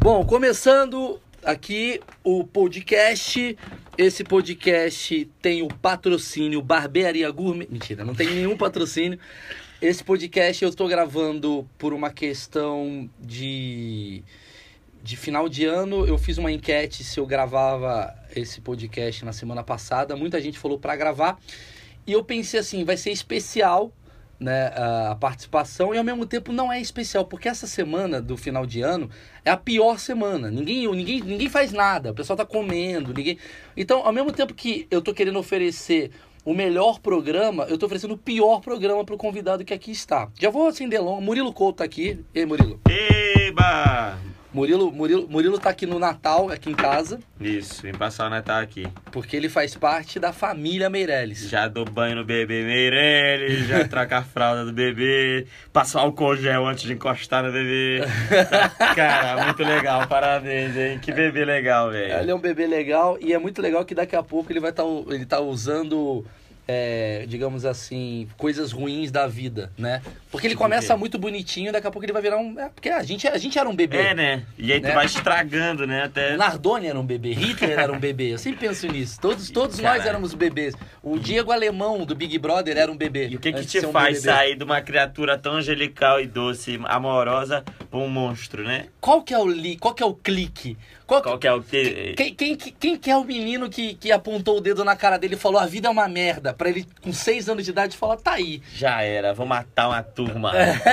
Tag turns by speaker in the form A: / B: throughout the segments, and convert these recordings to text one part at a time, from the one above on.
A: Bom, começando aqui o podcast. Esse podcast tem o patrocínio Barbearia Gourmet. Mentira, não tem nenhum patrocínio. Esse podcast eu estou gravando por uma questão de de final de ano, eu fiz uma enquete se eu gravava esse podcast na semana passada. Muita gente falou para gravar. E eu pensei assim, vai ser especial, né, a participação e ao mesmo tempo não é especial, porque essa semana do final de ano é a pior semana. Ninguém, ninguém, ninguém faz nada. O pessoal tá comendo, ninguém. Então, ao mesmo tempo que eu tô querendo oferecer o melhor programa, eu tô oferecendo o pior programa pro convidado que aqui está. Já vou acender assim, longa. Murilo Couto tá aqui. Ei, Murilo.
B: Eba!
A: Murilo, Murilo, Murilo tá aqui no Natal, aqui em casa,
B: Isso, vim passar o Natal aqui.
A: porque ele faz parte da família Meirelles.
B: Já dou banho no bebê Meirelles, já troca a fralda do bebê, passo álcool gel antes de encostar no bebê. Cara, muito legal, parabéns, hein? Que bebê legal,
A: Ele
B: velho.
A: é um bebê legal e é muito legal que daqui a pouco ele vai estar ele tá usando, é, digamos assim, coisas ruins da vida, né? Porque ele
B: Tipo o
A: começa
B: quê?
A: muito bonitinho, daqui a pouco ele vai virar um. é, porque a gente, a gente era um bebê.
B: É, né? E aí tu
A: Né?
B: vai estragando, né? Até.
A: Nardoni era um bebê, Hitler era um bebê. Eu sempre penso nisso. Todos, todos nós
B: Cara.
A: éramos bebês. O Diego Alemão do Big Brother era um bebê.
B: E o que que
A: antes de
B: te
A: ser um
B: faz
A: bebê.
B: sair de uma criatura tão angelical e doce, amorosa, pra um monstro, né?
A: Qual que é o li, qual que é o clique? Qual que-
B: Qual que é o que...
A: Quem, quem, quem que é o menino que, que apontou o dedo na cara dele e falou a vida é uma merda? Pra ele, com seis anos de idade, falar, tá aí.
B: Já era, vou matar uma turma. É,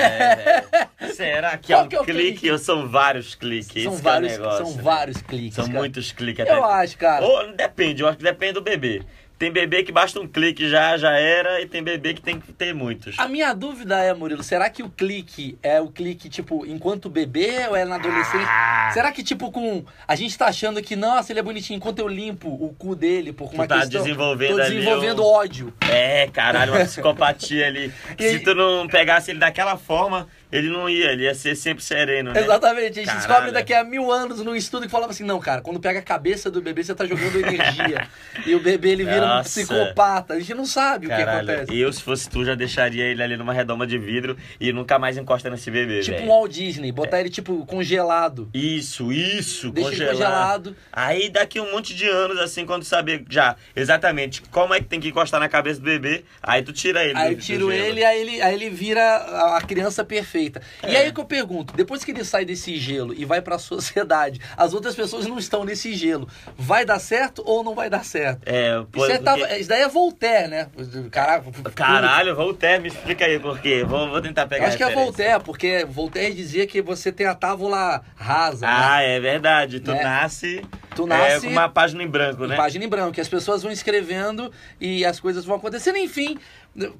B: velho. Será que
A: Qual
B: é um
A: que é o
B: clique?
A: clique?
B: Eu são vários cliques.
A: são
B: esse que é o
A: vários,
B: negócio,
A: são
B: né?
A: vários cliques.
B: São
A: cara.
B: muitos cliques até.
A: Eu acho, cara.
B: Ou depende, eu acho que depende do bebê. Tem bebê que basta um clique já, já era, e tem bebê que tem que ter muitos.
A: A minha dúvida é, Murilo, será que o clique é o clique, tipo, enquanto bebê ou é na adolescência?
B: Ah,
A: Será que, tipo, com. A gente tá achando que, nossa, ele é bonitinho, enquanto eu limpo o cu dele por uma
B: tu tá
A: questão.
B: desenvolvendo,
A: Tô
B: ali
A: desenvolvendo
B: um-
A: ódio.
B: É, caralho, uma psicopatia ali.
A: E aí-
B: Se tu não pegasse ele daquela forma, ele não ia, ele ia ser sempre sereno, né?
A: Exatamente, a gente
B: Caralho.
A: descobre daqui a mil anos num estudo que falava assim: não, cara, quando pega a cabeça do bebê, você tá jogando energia. e o bebê ele vira um
B: Nossa.
A: psicopata. A gente não sabe o que
B: Caralho,
A: acontece.
B: eu se fosse tu já deixaria ele ali numa redoma de vidro e nunca mais encosta nesse bebê,
A: Tipo um
B: é velho. É.
A: Walt Disney, botar ele, tipo, congelado.
B: Isso, isso,
A: Deixa ele
B: congelar.
A: congelado.
B: Aí daqui um monte de anos, assim, quando tu saber já exatamente como é que tem que encostar na cabeça do bebê, aí tu tira ele. né?
A: Aí
B: do-
A: eu
B: do
A: tiro
B: gelo.
A: ele, é aí ele, aí ele vira a a criança perfeita. E
B: É.
A: aí que eu pergunto, depois que ele sai desse gelo e vai pra sociedade, as outras pessoas não estão nesse gelo, vai dar certo ou não vai dar certo?
B: É, pô,
A: Isso, é, tá-
B: porque-
A: isso daí é Voltaire, né? Caraca.
B: Caralho, Voltaire, me explica aí por quê. Vou, vou tentar
A: Eu
B: pegar
A: acho
B: a
A: que é
B: referência.
A: Voltaire, porque Voltaire dizia que você tem a tábula rasa, né?
B: Ah, é verdade. Tu
A: Né?
B: nasce,
A: Tu
B: é,
A: nasce
B: com uma página em branco,
A: em
B: né?
A: página em branco, e as pessoas vão escrevendo e as coisas vão acontecendo, enfim.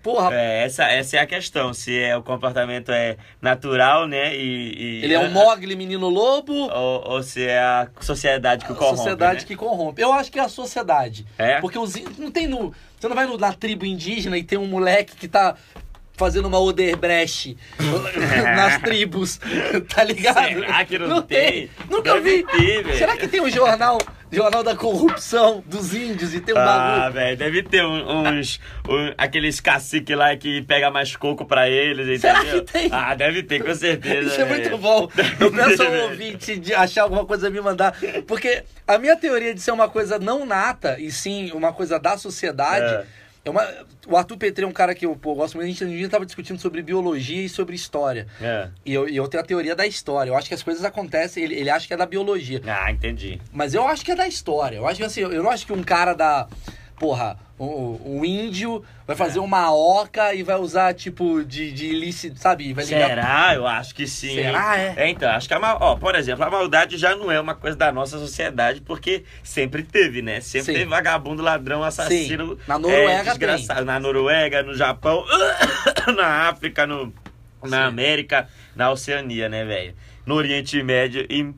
A: Porra,
B: É, essa, essa é a questão. Se é, o comportamento é natural, né? E, e-
A: ele é um mogli, menino lobo,
B: Ou, ou se é a sociedade que o
A: a
B: corrompe,
A: sociedade
B: né?
A: que corrompe. Eu acho que é a sociedade.
B: É?
A: Porque os índios não tem no. Você não vai no- na tribo indígena e tem um moleque que tá fazendo uma Oderbrecht nas tribos, tá ligado?
B: Será que não, tem?
A: Nunca
B: Deve
A: vi.
B: ter, velho.
A: Será que tem um jornal, jornal da corrupção dos índios e tem um
B: Ah,
A: bagulho?
B: velho, deve ter um- uns. um- aqueles caciques lá que pega mais coco pra eles,
A: Será
B: entendeu?
A: que tem?
B: Ah, deve ter, com certeza.
A: Isso é
B: velho.
A: muito bom. Eu peço ao
B: Deve.
A: ouvinte de achar alguma coisa a me mandar. Porque a minha teoria de ser uma coisa não nata, e sim uma coisa da sociedade,
B: É.
A: É uma, o Arthur Petri é um cara que eu pô, gosto muito. A gente, a gente tava discutindo sobre biologia e sobre história.
B: É.
A: E eu, e eu tenho a teoria da história. Eu acho que as coisas acontecem. Ele, ele acha que é da biologia.
B: Ah, entendi.
A: Mas eu acho que é da história. Eu acho que assim, eu eu não acho que um cara da. Porra, um, um índio vai fazer uma oca e vai usar, tipo, de, de ilícito, sabe? Vai ligar-
B: Será? Eu acho que sim. hein?
A: Será? É.
B: É, então, acho que a mal... Ó, por exemplo, a maldade já não é uma coisa da nossa sociedade, porque sempre teve, né? Sempre
A: Sim.
B: teve vagabundo, ladrão, assassino.
A: Na Noruega
B: é, desgraçado. Na Noruega, no Japão, na África, no...
A: Sim.
B: na América, na Oceania, né, velho? No Oriente Médio e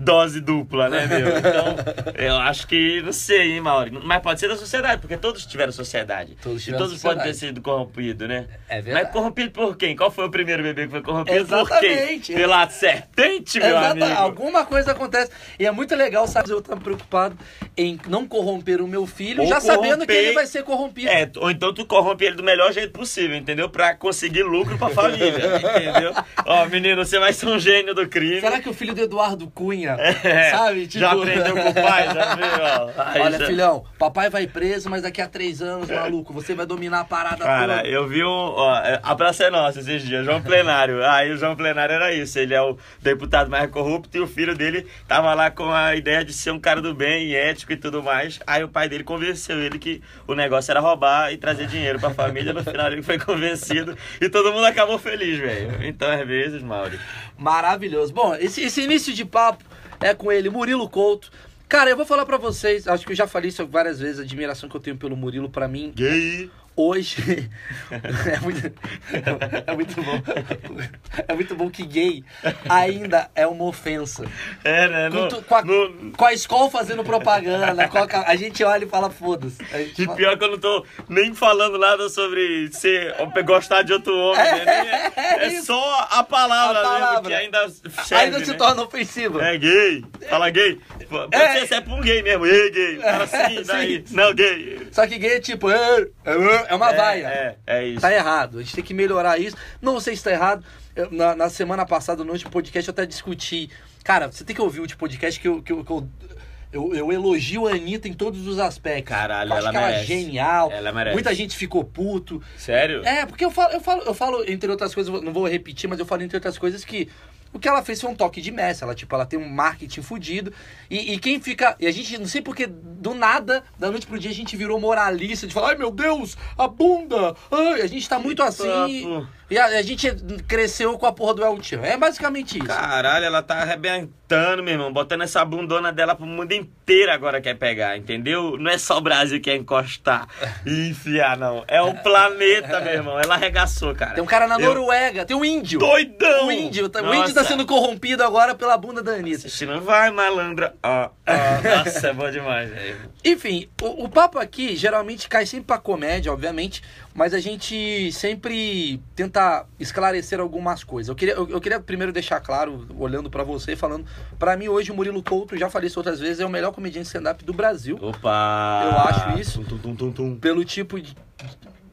B: dose dupla, né, meu? Então, eu acho que, não sei, hein, Mauri? Mas pode ser da sociedade, porque todos tiveram sociedade.
A: Todos
B: e
A: tiveram
B: todos podem ter
A: sociedade.
B: sido corrompidos, né?
A: É verdade.
B: Mas corrompido por quem? Qual foi o primeiro bebê que foi corrompido por
A: Exatamente.
B: quem? Pela serpente, meu
A: Exato,
B: amigo.
A: alguma coisa acontece. E é muito legal, sabe? Eu tava preocupado em não corromper o meu filho,
B: Ou
A: já sabendo que
B: corromper-
A: ele vai ser corrompido.
B: É, ou então tu corrompe ele do melhor jeito possível, entendeu? Pra conseguir lucro pra família, entendeu? Ó, menino, você vai ser um gênio do crime.
A: Será que o filho do Eduardo Cunha fazendo.
B: É,
A: Sabe? tipo-
B: Já aprendeu com o pai, já viu, ó. Aí
A: Olha,
B: já- É.
A: filhão, papai vai preso, mas daqui a três anos, maluco, você vai dominar a parada
B: Cara,
A: toda.
B: eu vi um. Ó, é, a Praça é Nossa esses dias, João Plenário. Aí o João Plenário era isso. Ele é o deputado mais corrupto e o filho dele tava lá com a ideia de ser um cara do bem e ético e tudo mais. Aí o pai dele convenceu ele que o negócio era roubar e trazer dinheiro pra família. No final ele foi convencido e todo mundo acabou feliz, velho. Então, às vezes, Mauri.
A: Maravilhoso. Bom, esse, esse início de papo é com ele, Murilo Couto. Cara, eu vou falar pra vocês, acho que eu já falei isso várias vezes, a admiração que eu tenho pelo Murilo, pra mim,
B: Gay!
A: hoje. é, muito, é muito bom. É muito bom que gay ainda é uma ofensa.
B: É, né?
A: Com,
B: No,
A: tu- com a,
B: no-
A: com a escola fazendo propaganda, com a, ca- a gente olha e fala, foda-se. A gente
B: E
A: fala-
B: pior que eu não tô nem falando nada sobre ser, gostar de outro homem. né? Nem É, é
A: isso.
B: só a palavra,
A: A
B: mesmo
A: palavra.
B: que ainda serve,
A: ainda se
B: né?
A: torna ofensiva.
B: É gay. Fala gay. Pô, Pode
A: É.
B: ser se é pra um gay mesmo. Ei, gay. Fala assim,
A: Sim.
B: daí. Não, gay.
A: Só que gay é tipo, "É, é, é uma
B: é,
A: vaia.
B: É, é isso.
A: Tá errado, a gente tem que melhorar isso. Não sei se tá errado. Eu, na, na semana passada, no último podcast, eu até discuti. Cara, você tem que ouvir o último podcast que eu. Que eu, que eu eu, eu elogio a Anitta em todos os aspectos.
B: Caralho,
A: eu acho
B: ela
A: que ela é
B: merece.
A: genial.
B: Ela merece.
A: Muita gente ficou puto.
B: Sério?
A: É, porque eu falo, eu falo, eu falo, entre outras coisas, não vou repetir, mas eu falo, entre outras coisas, que o que ela fez foi um toque de mestre. Ela, tipo, ela tem um marketing fudido. E, e quem fica. E a gente, não sei porque, do nada, da noite pro dia, a gente virou moralista de falar, ai meu Deus, a bunda! Ai, a gente tá muito assim.
B: papo.
A: E a, a gente cresceu com a porra do El Chan. É basicamente isso.
B: Caralho, ela tá arrebentando, meu irmão. Botando essa bundona dela pro mundo inteiro agora quer pegar, entendeu? Não é só o Brasil que quer encostar e enfiar, não. É o planeta, meu irmão. Ela arregaçou, cara.
A: Tem um cara na
B: Eu-
A: Noruega, tem um índio.
B: Doidão!
A: O índio, tá- o índio tá
B: Nossa.
A: sendo corrompido agora pela bunda da Anitta.
B: Assistindo, vai malandra. Ó, ó.
A: Ah.
B: Nossa, é bom demais, velho.
A: Enfim, o, o papo aqui geralmente cai sempre pra comédia, obviamente, mas a gente sempre tenta esclarecer algumas coisas. Eu queria, eu, eu queria primeiro deixar claro, olhando pra você, falando, pra mim hoje o Murilo Couto, já falei isso outras vezes, é o melhor comediante stand-up do Brasil,
B: Opa!
A: Eu acho isso.
B: Tum, tum, tum, tum, tum.
A: pelo tipo de,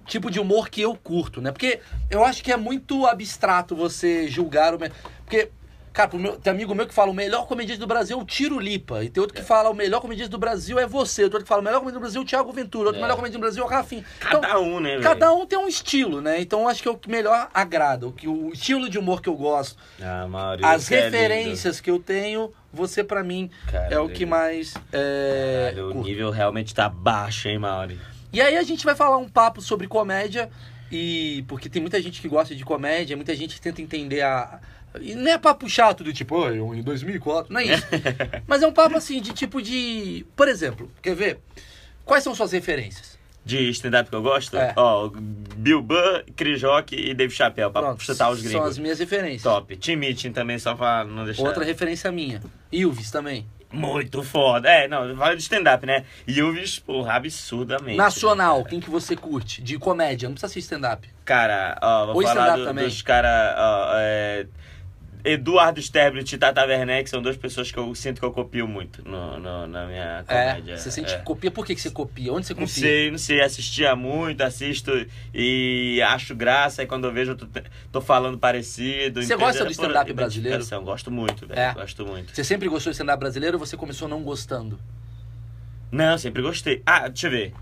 A: tipo de humor que eu curto, né? Porque eu acho que é muito abstrato você julgar o. me- Porque. Cara, pro meu- tem amigo meu que fala o melhor comediante do Brasil é o Tiro Lipa. E tem outro que fala o melhor comediante do Brasil é você. Tem outro que fala o melhor comediante do Brasil é o Thiago Ventura. Outro
B: É.
A: melhor comediante do Brasil é o Rafinha. Então,
B: Cada um, né, velho?
A: Cada um tem um estilo, né? Então eu acho que é o que melhor agrada, o, que, o estilo de humor que eu gosto,
B: Ah, Maurício,
A: as
B: você é
A: referências que eu tenho, você pra mim
B: lindo. Cara,
A: é o que mais é,
B: Caralho, o
A: curto.
B: nível realmente tá baixo, hein, Mauri?
A: E aí a gente vai falar um papo sobre comédia e porque tem muita gente que gosta de comédia, muita gente que tenta entender a e não é papo chato do tipo, "Oi, eu em 2004, não é isso. Mas é um papo assim de tipo de, por exemplo, quer ver? Quais são suas referências?
B: De stand-up que eu gosto?
A: É.
B: Ó, Bill Burr, Chris Rock e Dave Chappelle, pra
A: Pronto,
B: chutar os
A: são
B: gringos.
A: as minhas referências.
B: Top. Tim Meeting também, só pra não deixar...
A: Outra referência minha. Ilves também.
B: Muito foda. É, não, vale de stand-up, né? E eu vi, porra, absurdamente.
A: Nacional, quem que você curte? De comédia, não precisa ser stand-up.
B: Cara, ó, vou
A: Ou
B: falar
A: stand-up
B: do,
A: também.
B: dos caras. É, Eduardo Sterblit e Tata Werneck são duas pessoas que eu sinto que eu copio muito no, no- na minha comédia.
A: É, você sente
B: é.
A: que copia? Por que que você copia? Onde você
B: Não
A: copia?
B: sei, não sei. Assistia muito, assisto e acho graça. E quando eu vejo, eu tô, tô falando parecido.
A: Você
B: entendeu? É
A: gosta do
B: Por
A: stand-up brasileiro?
B: identificação. Gosto muito, velho.
A: É.
B: Gosto muito.
A: Você sempre gostou de stand-up brasileiro ou você começou não gostando?
B: Não, sempre gostei. Ah, deixa eu ver.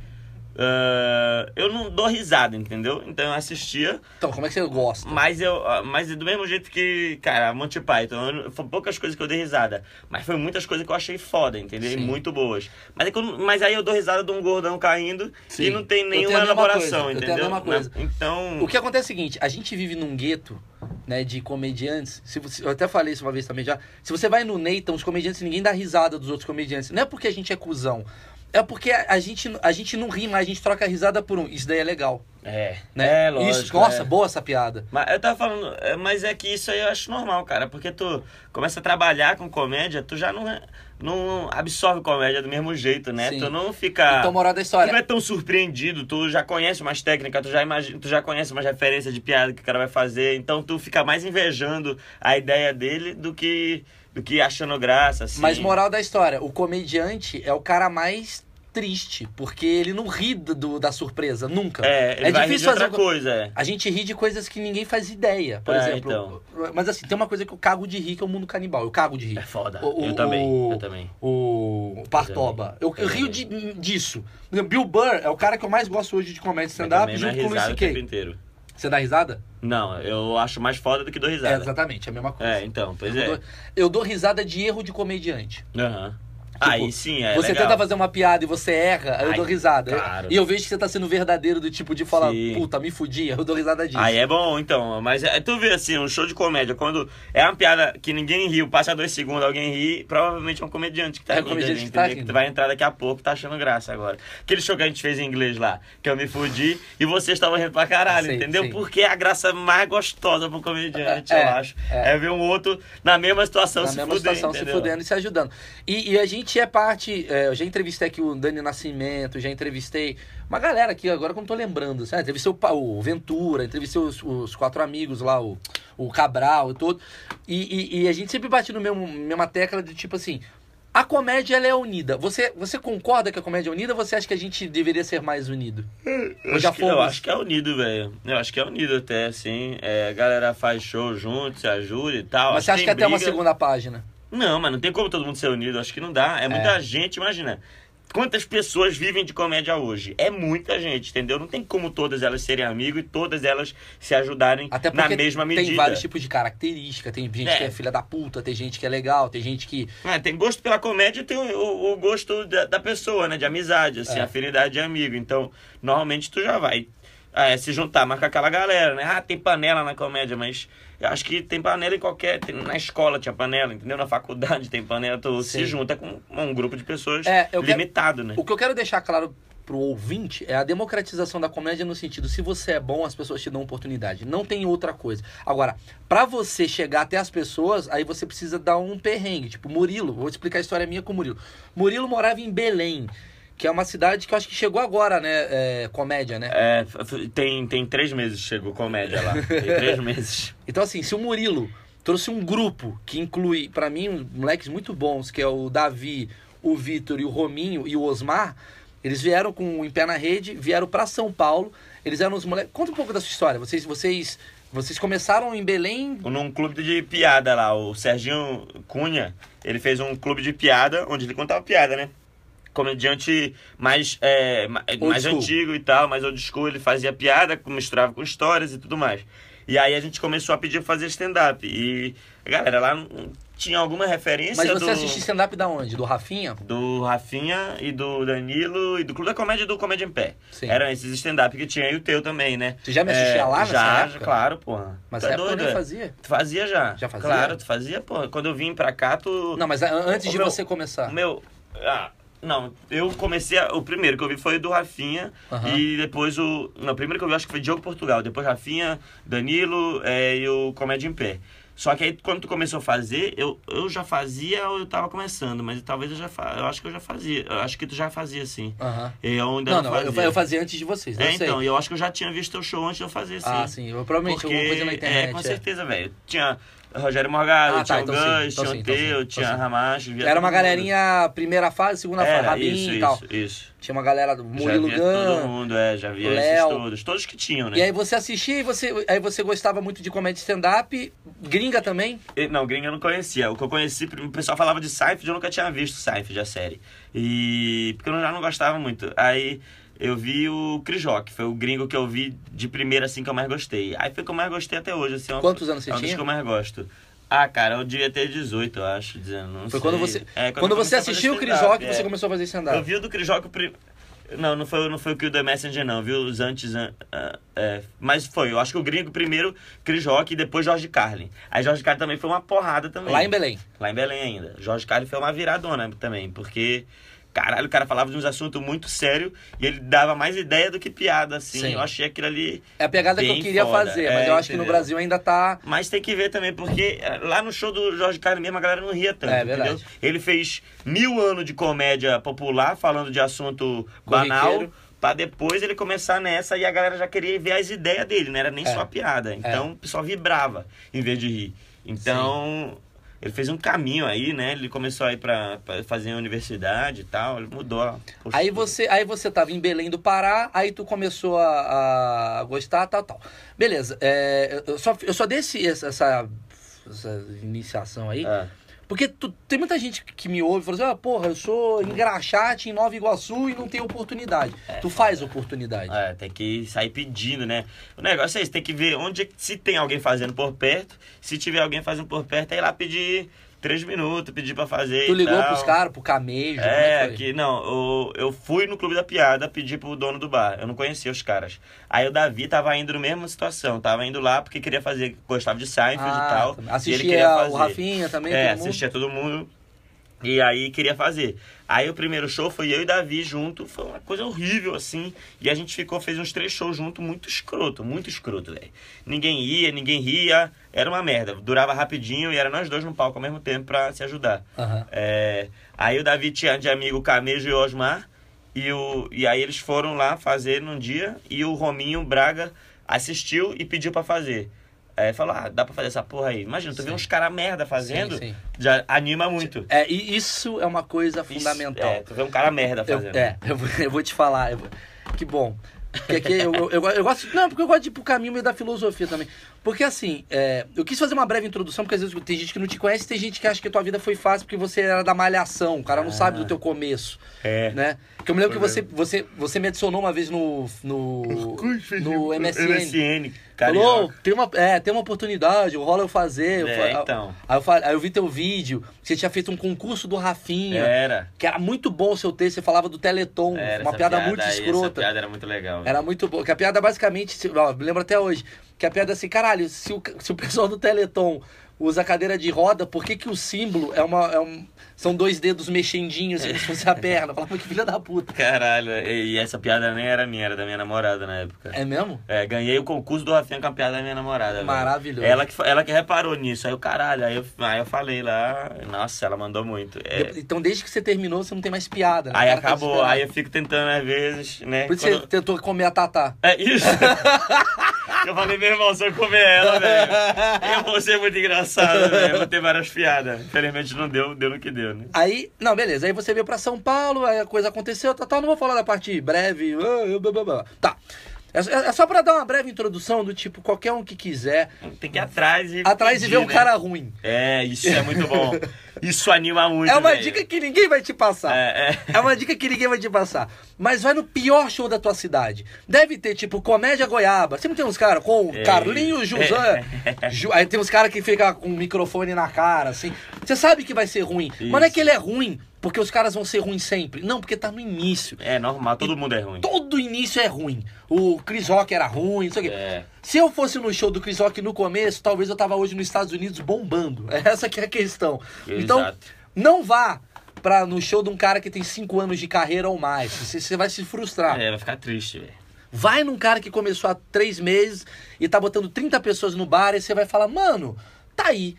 B: Ah, eu não dou risada, entendeu? Então eu assistia.
A: Então, como é que você gosta?
B: Mas eu. Mas do mesmo jeito que, cara, Monty Python, eu não- foi poucas coisas que eu dei risada. Mas foi muitas coisas que eu achei foda, entendeu? E
A: Sim.
B: Muito boas. Mas, é que eu não- mas aí eu dou risada de um gordão caindo e
A: Sim.
B: não
A: Eu
B: tem
A: tenho a
B: nenhuma
A: mesma
B: elaboração,
A: coisa, eu tenho a
B: entendeu?
A: mesma coisa.
B: Não, então.
A: O que acontece é o seguinte, a gente vive num gueto, né, de comediantes. Se você, eu até falei isso uma vez também já. Se você vai no Nathan, os comediantes, ninguém dá risada dos outros comediantes. Não é porque a gente é cuzão. É porque a a gente, a gente não ri mais, a gente troca a risada por um. Isso daí é legal,
B: É,
A: né?
B: é lógico.
A: Isso, nossa,
B: é.
A: boa essa piada.
B: Mas eu tava falando, é, mas é que isso aí eu acho normal, cara, porque tu começa a trabalhar com comédia, tu já não, é- não absorve comédia do mesmo jeito, né?
A: Sim.
B: Tu não fica.
A: Então, moral da história.
B: Tu não é tão surpreendido, tu já conhece umas técnicas, tu já, imagina, tu já conhece umas referências de piada que o cara vai fazer, então tu fica mais invejando a ideia dele do que, do que achando graça, assim.
A: Mas moral da história, o comediante é o cara mais triste, porque ele não ri do, da surpresa, nunca.
B: É, ele vai rir de outra
A: algo-
B: coisa, é.
A: A gente ri de coisas que ninguém faz ideia, por
B: É,
A: exemplo. Mas assim, tem uma coisa que eu cago de rir, que é o mundo canibal. Eu cago de rir.
B: É foda.
A: O- o-
B: eu também,
A: o-
B: eu também.
A: O Partoba. Eu, eu rio de- disso. Por exemplo, Bill Burr é o cara que eu mais gosto hoje de comédia
B: Mas
A: stand-up,
B: também não é
A: junto com o Luis
B: risada o tempo
A: C.K.
B: inteiro.
A: Você dá risada?
B: Não, eu acho mais foda do que dou
A: É,
B: risada.
A: exatamente, é a mesma coisa.
B: É, então, pois
A: Eu,
B: é.
A: dou, eu dou risada de erro de comediante.
B: Aham. Aí sim, é
A: Tipo, você
B: legal.
A: tenta fazer uma piada e você erra, aí eu
B: Ai,
A: dou risada.
B: claro.
A: E eu vejo que você tá sendo verdadeiro do tipo de falar,
B: Sim.
A: puta, me fudi, eu dou risada disso.
B: Aí é bom, então. Mas é, tu vê assim, um show de comédia, quando é uma piada que ninguém riu, passa dois segundos, alguém ri, provavelmente é um comediante que
A: É
B: tá
A: um
B: rindo
A: comediante
B: ali,
A: que tá
B: entendeu?
A: rindo.
B: Que vai entrar daqui a pouco, tá achando graça agora. Aquele show que a gente fez em inglês lá, que eu me fudi e vocês estavam rindo pra caralho,
A: Sim,
B: entendeu?
A: sim.
B: Porque é a graça mais gostosa pro comediante,
A: É,
B: eu acho. É. ver um outro na mesma situação
A: Na
B: se
A: mesma
B: fuder,
A: situação, se
B: entendeu?
A: fudendo e se ajudando. E, e a gente é parte. é, eu já entrevistei aqui o Dani Nascimento, já entrevistei uma galera aqui, agora que eu não tô lembrando. Sabe? Entrevistei o, Pa- o Ventura, entrevistei os, os quatro amigos lá, o, o Cabral e todo. E, e- e a gente sempre bate no mesmo mesma tecla de tipo assim. A comédia ela é unida. Você, você concorda que a comédia é unida ou você acha que a gente deveria ser mais unido?
B: Eu
A: Ou já
B: acho, que, eu
A: fomos?
B: acho que é unido, velho. Eu acho que é unido até, assim. É, a galera faz show junto, se ajuda e tal.
A: Mas você acha
B: tem
A: que até uma
B: briga.
A: segunda página?
B: Não, mas não tem como todo mundo ser unido. Acho que não dá. É muita gente, imagina. Quantas pessoas vivem de comédia hoje? É muita gente, entendeu? Não tem como todas elas serem amigas e todas elas se ajudarem
A: Até porque
B: na mesma medida.
A: tem vários tipos de característica. Tem gente
B: É.
A: que é filha da puta, tem gente que é legal, tem gente que
B: É, tem gosto pela comédia e tem o, o- o gosto da, da pessoa, né? De amizade, assim,
A: É.
B: afinidade de amigo. Então, normalmente tu já vai é, se juntar mais com aquela galera, né? Ah, tem panela na comédia, mas eu acho que tem panela em qualquer. tem- na escola tinha panela, entendeu? Na faculdade tem panela. Tu
A: Sim.
B: se junta com um grupo de pessoas
A: É, eu quero-
B: limitado, né?
A: O que eu quero deixar claro pro ouvinte é a democratização da comédia no sentido, se você é bom, as pessoas te dão oportunidade. Não tem outra coisa. Agora, pra você chegar até as pessoas, aí você precisa dar um perrengue. Tipo, Murilo, vou explicar a história minha com o Murilo. Murilo morava em Belém, que é uma cidade que eu acho que chegou agora, né? é, comédia, né?
B: É, f- f- tem, tem três meses que chegou comédia lá. Tem três meses.
A: Então, assim, se o Murilo trouxe um grupo que inclui, pra mim, uns moleques muito bons, que é o Davi, o Vitor e o Rominho e o Osmar, eles vieram com o Em Pé na Rede, vieram pra São Paulo, eles eram os moleques... Conta um pouco da sua história, vocês, vocês, vocês começaram em Belém...
B: num clube de piada lá, o Serginho Cunha, ele fez um clube de piada onde ele contava piada, né? Comediante mais, é, ma- mais
A: school.
B: antigo e tal, mais old school, ele fazia piada, misturava com histórias e tudo mais. E aí a gente começou a pedir pra fazer stand-up. E a galera lá hum, tinha alguma referência
A: Mas você
B: é do,
A: assistiu stand-up da onde? Do Rafinha?
B: do Rafinha e do Danilo e do Clube da Comédia e do Comédia em Pé.
A: Sim.
B: Eram esses stand-up que tinha e o teu também, né?
A: Você já me assistia lá nessa
B: já,
A: época?
B: Já, claro, porra.
A: Mas
B: tá
A: na época eu
B: doido,
A: nem
B: é?
A: fazia.
B: Tu fazia já.
A: Já fazia?
B: Claro, tu fazia, pô. Quando eu vim pra cá, tu.
A: Não, mas a- antes
B: Ô,
A: de
B: meu,
A: você começar...
B: O meu. Ah, não. Eu comecei. a- O primeiro que eu vi foi o do Rafinha.
A: Aham.
B: E depois o. Não, o primeiro que eu vi acho que foi Diogo Portugal. Depois Rafinha, Danilo é, e o Comédia em Pé. Só que aí quando tu começou a fazer, eu, eu já fazia ou eu tava começando, mas talvez eu já fa... eu acho que eu já fazia. Eu acho que tu já fazia sim.
A: Aham.
B: Eu ainda
A: Não,
B: não,
A: não, eu,
B: fazia.
A: eu fazia antes de vocês,
B: É,
A: eu sei.
B: então, eu acho que eu já tinha visto teu show antes de eu fazer, sim.
A: Ah, sim, eu, provavelmente
B: Porque,
A: alguma coisa na internet.
B: É, com
A: é.
B: certeza, velho. Tinha Rogério Morgado,
A: Ah, tá,
B: tinha
A: então
B: o
A: sim,
B: Gans,
A: então
B: tinha
A: sim,
B: o
A: então sim,
B: Teu,
A: então
B: tinha
A: sim.
B: a Ramacho. via
A: Era uma
B: todo mundo.
A: galerinha, primeira fase, segunda fase,
B: Era,
A: Rabinho
B: isso,
A: e tal.
B: isso, isso.
A: Tinha uma galera do Murilo
B: já via todo
A: Gun.
B: mundo, é, já via
A: Léo.
B: esses todos. Todos que tinham, né?
A: E aí você assistia e você, aí você gostava muito de comédia stand-up, gringa também.
B: E- Não, gringa eu não conhecia. O que eu conheci, o pessoal falava de Seinfeld, eu nunca tinha visto Seinfeld, a série. E... Porque eu já não gostava muito. Aí eu vi o Chris Rock, foi o gringo que eu vi de primeira, assim, que eu mais gostei. Aí foi o que eu mais gostei até hoje, assim. é uma-
A: Quantos anos você
B: é um dos
A: tinha?
B: que eu mais gosto. Ah, cara, eu devia ter 18, eu acho, 19,
A: Foi quando
B: sei.
A: você,
B: É,
A: quando
B: eu
A: você
B: comecei a fazer
A: assistiu o Chris
B: stand-up,
A: Rock,
B: é.
A: você começou a fazer
B: Eu
A: stand-up.
B: vi o do Chris Rock o prim... Não, não foi, não foi o que o The Messenger, não, viu? Os antes. an- ah, é, mas foi, eu acho que o gringo primeiro, Chris Rock e depois Jorge Carlin. Aí Jorge Carlin também foi uma porrada também.
A: Lá em Belém.
B: Lá em Belém ainda. Jorge Carlin foi uma viradona também, porque. Caralho, o cara falava de uns assuntos muito sérios e ele dava mais ideia do que piada, assim.
A: Sim.
B: Eu achei aquilo ali.
A: É a pegada que
B: Bem
A: eu queria
B: foda,
A: fazer, mas
B: é,
A: eu acho que no
B: entendeu?
A: Brasil ainda tá.
B: Mas tem que ver também, porque eh, lá no show do Jorge Carlos mesmo a galera não ria tanto,
A: É, verdade.
B: entendeu? Ele fez mil anos de comédia popular, falando de assunto banal,
A: Corriqueiro.
B: pra depois ele começar nessa e a galera já queria ver as ideias
A: É.
B: dele, não era nem só a piada. Então o pessoal vibrava em vez de rir. Então. Ele fez um caminho aí, né? Ele começou a ir pra, pra fazer a universidade e tal, ele mudou. a postura.
A: Aí você, aí você tava em Belém do Pará, aí tu começou a, a gostar, tal, tal. Beleza, é, eu, só, eu só dei esse- essa, essa- essa iniciação aí,
B: É.
A: porque tu- tem muita gente que me ouve e fala assim, ah, porra, eu sou engraxate em Nova Iguaçu e não tenho oportunidade. tu faz oportunidade.
B: É, tem que sair pedindo, né? O negócio é isso, tem que ver onde é que- se tem alguém fazendo por perto. Se tiver alguém fazendo por perto, é ir lá pedir três minutos, pedir pra fazer.
A: Tu
B: e
A: ligou
B: tal.
A: pros caras, pro camejo, como
B: É,
A: que foi?
B: que não, eu, eu fui no Clube da Piada pedir pro dono do bar. Eu não conhecia os caras. Aí o Davi tava indo na mesma situação, tava indo lá porque queria fazer, gostava de Seinfeld
A: Ah,
B: e tal.
A: tá.
B: e ele
A: Assistia
B: queria
A: o
B: fazer.
A: Rafinha também,
B: É,
A: todo mundo.
B: assistia todo mundo. E aí queria fazer. Aí o primeiro show foi eu e Davi junto, foi uma coisa horrível assim. E a gente ficou, fez uns três shows junto, muito escroto, muito escroto, velho. Ninguém ia, ninguém ria, era uma merda. Durava rapidinho e era nós dois no palco ao mesmo tempo pra se ajudar.
A: Aham.
B: É, aí o Davi tinha de amigo o Camejo e o Osmar. E, o, e aí eles foram lá fazer num dia. E o Rominho Braga assistiu e pediu pra fazer. É, falou, ah, dá pra fazer essa porra aí. Imagina, tu vê
A: Sim.
B: uns caras merda fazendo,
A: sim.
B: já anima muito.
A: É, e isso é uma coisa fundamental.
B: Isso, é, tu vê um cara merda
A: Eu-
B: fazendo.
A: é, eu vou, eu vou te falar. eu vou- que bom. Porque aqui eu, eu, eu, eu gosto. Não, porque eu gosto de ir pro caminho meio da filosofia também. Porque assim, é, eu quis fazer uma breve introdução, porque às vezes tem gente que não te conhece, tem gente que acha que tua vida foi fácil porque você era da malhação, o cara não sabe do teu começo,
B: É.
A: né? Porque eu me lembro que
B: Ah.
A: você,
B: Foi
A: você, você me adicionou uma vez no. no. no MSN.
B: MSN,
A: Falou,
B: carioca.
A: tem uma, é, tem uma oportunidade, rola eu fazer. eu
B: É,
A: fa-
B: então.
A: aí, eu fa- aí eu vi teu vídeo, você tinha feito um concurso do
B: É.
A: Rafinha.
B: Era.
A: Que era muito bom o seu texto, você falava do Teleton,
B: era
A: um, uma
B: essa
A: piada, muito
B: aí, Essa
A: escrota.
B: piada era muito legal.
A: Era muito boa. Que a piada basicamente, se- ó, me lembro até hoje, que a piada é assim, caralho, se o, se o pessoal do Teleton usa cadeira de roda, por que, que o símbolo é uma. é um- são dois dedos mexendinhos, assim, como se fosse a perna? Eu Falava que filha da puta.
B: Caralho, e e essa piada nem era minha, era da minha namorada na época.
A: É mesmo?
B: É, ganhei o concurso do Rafinha com a piada da minha namorada. velho.
A: Maravilhoso.
B: Ela que, fa- ela que reparou nisso. Aí eu, caralho, aí eu, aí eu falei lá. Nossa, ela mandou muito. É,
A: De- Então, desde que você terminou, você não tem mais piada. né?
B: aí
A: O cara tá
B: acabou,
A: desesperado.
B: aí eu fico tentando às vezes, né?
A: Por isso
B: quando-
A: você tentou comer a Tatá.
B: É isso. eu falei, meu irmão, se eu comer ela, velho, eu vou ser muito engraçado, velho. Vou ter várias piadas. Infelizmente não deu, deu no que deu, né?
A: Aí, não, beleza. Aí você veio pra São Paulo, aí a coisa aconteceu, tá, tá. Não vou falar da parte breve. ah, eu, blá, blá, blá. Tá. É, é- é só pra dar uma breve introdução do tipo, qualquer um que quiser,
B: Tem que ir atrás e.
A: atrás e
B: pedir,
A: ver um
B: né?
A: cara ruim.
B: É, isso é muito bom. Isso anima muito.
A: É uma
B: velho.
A: dica que ninguém vai te passar.
B: É, é.
A: É uma dica que ninguém vai te passar. Mas vai no pior show da tua cidade. Deve ter, tipo, Comédia Goiaba. Sempre tem uns caras com
B: É.
A: Carlinhos José. Ju- Aí tem uns caras que ficam com o microfone na cara, assim. Você sabe que vai ser ruim. Mas não é
B: Isso.
A: que ele é ruim, porque os caras vão ser ruins sempre. Não, porque tá no início.
B: É normal, todo mundo é ruim.
A: Todo início é ruim. O Chris Rock era ruim, não sei o quê.
B: É.
A: Se eu fosse no show do Chris Rock no começo, talvez eu tava hoje nos Estados Unidos bombando. Essa que é a questão.
B: Exato.
A: Então, não vá pra, no show de um cara que tem 5 anos de carreira ou mais. Você, você vai se frustrar.
B: É, vai ficar triste, velho.
A: Vai num cara que começou há 3 meses e tá botando 30 pessoas no bar e você vai falar, mano, tá aí.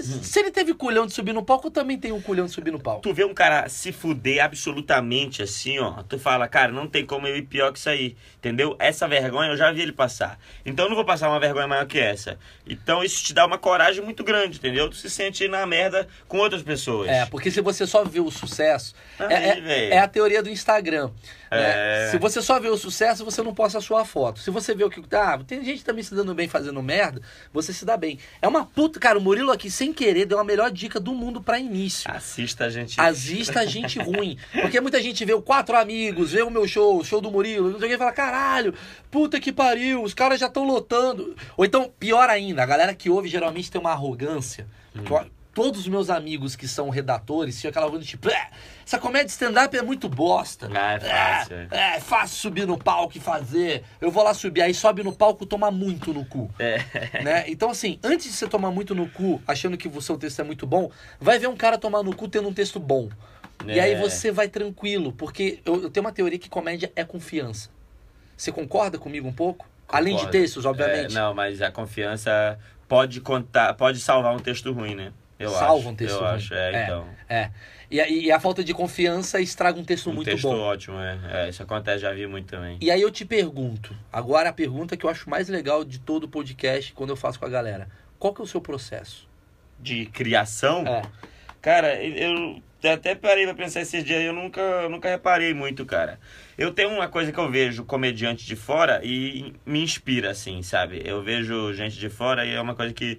B: Hum.
A: Se ele teve culhão de subir no palco, eu também tenho um culhão de subir no palco.
B: Tu vê um cara se fuder absolutamente assim, ó. Tu fala, cara, não tem como eu ir pior que isso aí. Entendeu? Essa vergonha eu já vi ele passar. Então eu não vou passar uma vergonha maior que essa. Então isso te dá uma coragem muito grande, entendeu? Tu se sente na merda com outras pessoas.
A: É, porque se você só vê o sucesso.
B: Aí,
A: é, é,
B: velho.
A: é a teoria do Instagram. né?
B: É.
A: Se você só vê o sucesso, você não posta a sua foto. Se você vê o que. Ah, tem gente também se dando bem fazendo merda, você se dá bem. É uma puta. Cara, o Murilo aqui, sem querer, deu a melhor dica do mundo pra início.
B: Assista a gente.
A: Assista a tá gente ruim. Porque muita gente vê o quatro amigos, vê o meu show, o show do Murilo, não sei o que, e fala: caralho, puta que pariu, os caras já estão lotando. Ou então, pior ainda, a galera que ouve geralmente tem uma arrogância. Porque, ó, Todos os meus amigos que são redatores tinham aquela voz do tipo: "É, essa comédia de stand-up é muito bosta.
B: Ah, é fácil,
A: É, é, é fácil subir no palco e fazer. Eu vou lá subir. Aí sobe no palco toma muito no cu
B: É.
A: né? Então, assim, antes de você tomar muito no cu, achando que o seu texto é muito bom, vai ver um cara tomar no cu tendo um texto bom. E
B: É.
A: aí você vai tranquilo, porque eu, eu tenho uma teoria que comédia é confiança. Você concorda comigo um pouco? Além de
B: Concordo.
A: textos, obviamente.
B: É, não, mas a confiança pode contar, pode salvar um texto ruim, né? Eu
A: Salva
B: acho.
A: um texto
B: eu
A: ruim.
B: acho, é,
A: É.
B: então.
A: É. E, a- e a falta de confiança estraga um texto
B: Um
A: muito
B: texto
A: bom.
B: ótimo, é. É, Isso acontece, já vi muito também.
A: E aí eu te pergunto, agora a pergunta que eu acho mais legal de todo o podcast quando eu faço com a galera. Qual que é o seu processo?
B: de criação,
A: É.
B: cara, eu até parei pra pensar esses dias, eu nunca, nunca reparei muito, cara. Eu tenho uma coisa que eu vejo comediante de fora e me inspira, assim, sabe? Eu vejo gente de fora e é uma coisa que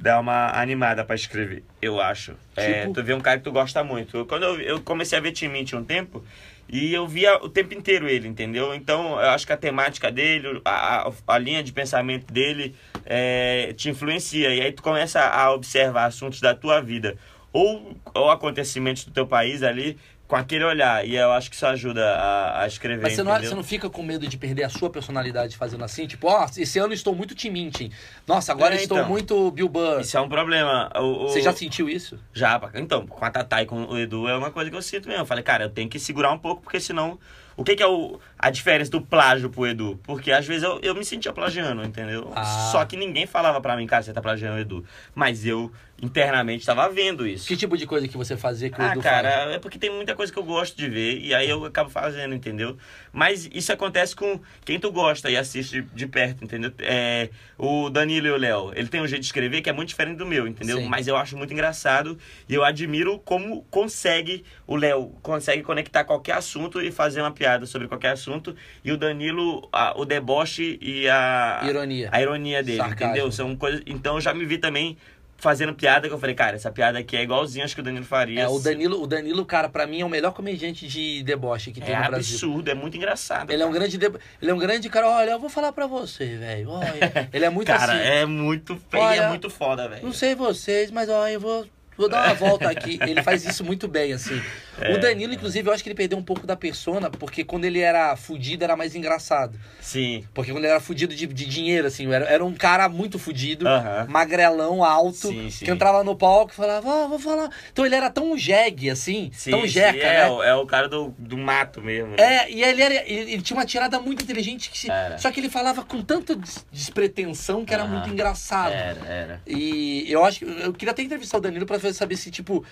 B: dá uma animada pra escrever, eu acho. É,
A: Tipo?
B: tu vê um cara que tu gosta muito. Eu- Quando eu, eu comecei a ver Tim Minchin um tempo, e eu via o tempo inteiro ele, entendeu? Então, eu acho que a temática dele, a, a, a linha de pensamento dele é, te influencia. E aí tu começa a observar assuntos da tua vida ou, ou acontecimentos do teu país ali com aquele olhar. E eu acho que isso ajuda a, a escrever,
A: Mas você não, é-
B: entendeu?
A: você não fica com medo de perder a sua personalidade fazendo assim? Tipo, ó, esse ano estou muito Tim Minchin. Nossa, agora
B: É,
A: estou
B: então.
A: muito Bill Burr.
B: Isso é um problema. O- o-
A: Você já sentiu isso?
B: Já, pra- então, com a Tatá e com o Edu é uma coisa que eu sinto mesmo. Eu falei, cara, eu tenho que segurar um pouco, porque senão. O que, que é o, a diferença do plágio pro Edu? Porque às vezes eu, eu me sentia plagiando, entendeu?
A: Ah.
B: Só que ninguém falava pra mim, cara, você tá plagiando o Edu. Mas eu internamente tava vendo isso.
A: Que tipo de coisa que você fazia que o
B: Ah,
A: Edu
B: cara,
A: faz?
B: é porque tem muita coisa que eu gosto de ver e aí eu acabo fazendo, entendeu? Mas isso acontece com quem tu gosta e assiste de perto, entendeu? É, o Danilo e o Léo, ele tem um jeito de escrever que é muito diferente do meu, entendeu?
A: Sim.
B: Mas eu acho muito engraçado e eu admiro como consegue, o Léo consegue conectar qualquer assunto e fazer uma piada sobre qualquer assunto e o Danilo, a- o deboche e a...
A: Ironia.
B: A ironia dele,
A: Sarcasmo.
B: entendeu? São coisas... Então eu já me vi também... Fazendo piada que eu falei, cara, essa piada aqui é igualzinha acho que o Danilo faria.
A: É, o
B: se-
A: Danilo, o Danilo, cara, pra mim é o melhor comediante de deboche que tem
B: é
A: no Brasil.
B: absurdo, é muito engraçado.
A: Ele é um grande debo- ele é um grande cara, olha, eu vou falar pra você, velho. Olha, ele é muito
B: cara,
A: assim.
B: é muito feio,
A: Olha,
B: é muito foda, velho.
A: Não sei vocês, mas ó, eu vou, vou dar uma volta aqui. Ele faz isso muito bem, assim.
B: É.
A: o Danilo, inclusive, eu acho que ele perdeu um pouco da persona, porque quando ele era fudido, era mais engraçado.
B: Sim.
A: Porque quando ele era fudido de, de dinheiro, assim, era, era um cara muito fudido,
B: Aham.
A: magrelão, alto,
B: Ah. Sim, sim.
A: que entrava no palco e falava, ó, vou falar. Então ele era tão jegue, assim,
B: Sim,
A: tão
B: sim,
A: jeca,
B: é,
A: né?
B: o- é o cara do, do mato mesmo. né?
A: É, e ele, era, ele, ele tinha uma tirada muito inteligente, que se-
B: Era.
A: só que ele falava com tanta des- despretensão que era
B: Aham. É.
A: muito engraçado.
B: Era, era.
A: E eu acho que. Eu queria até entrevistar o Danilo pra saber se, tipo,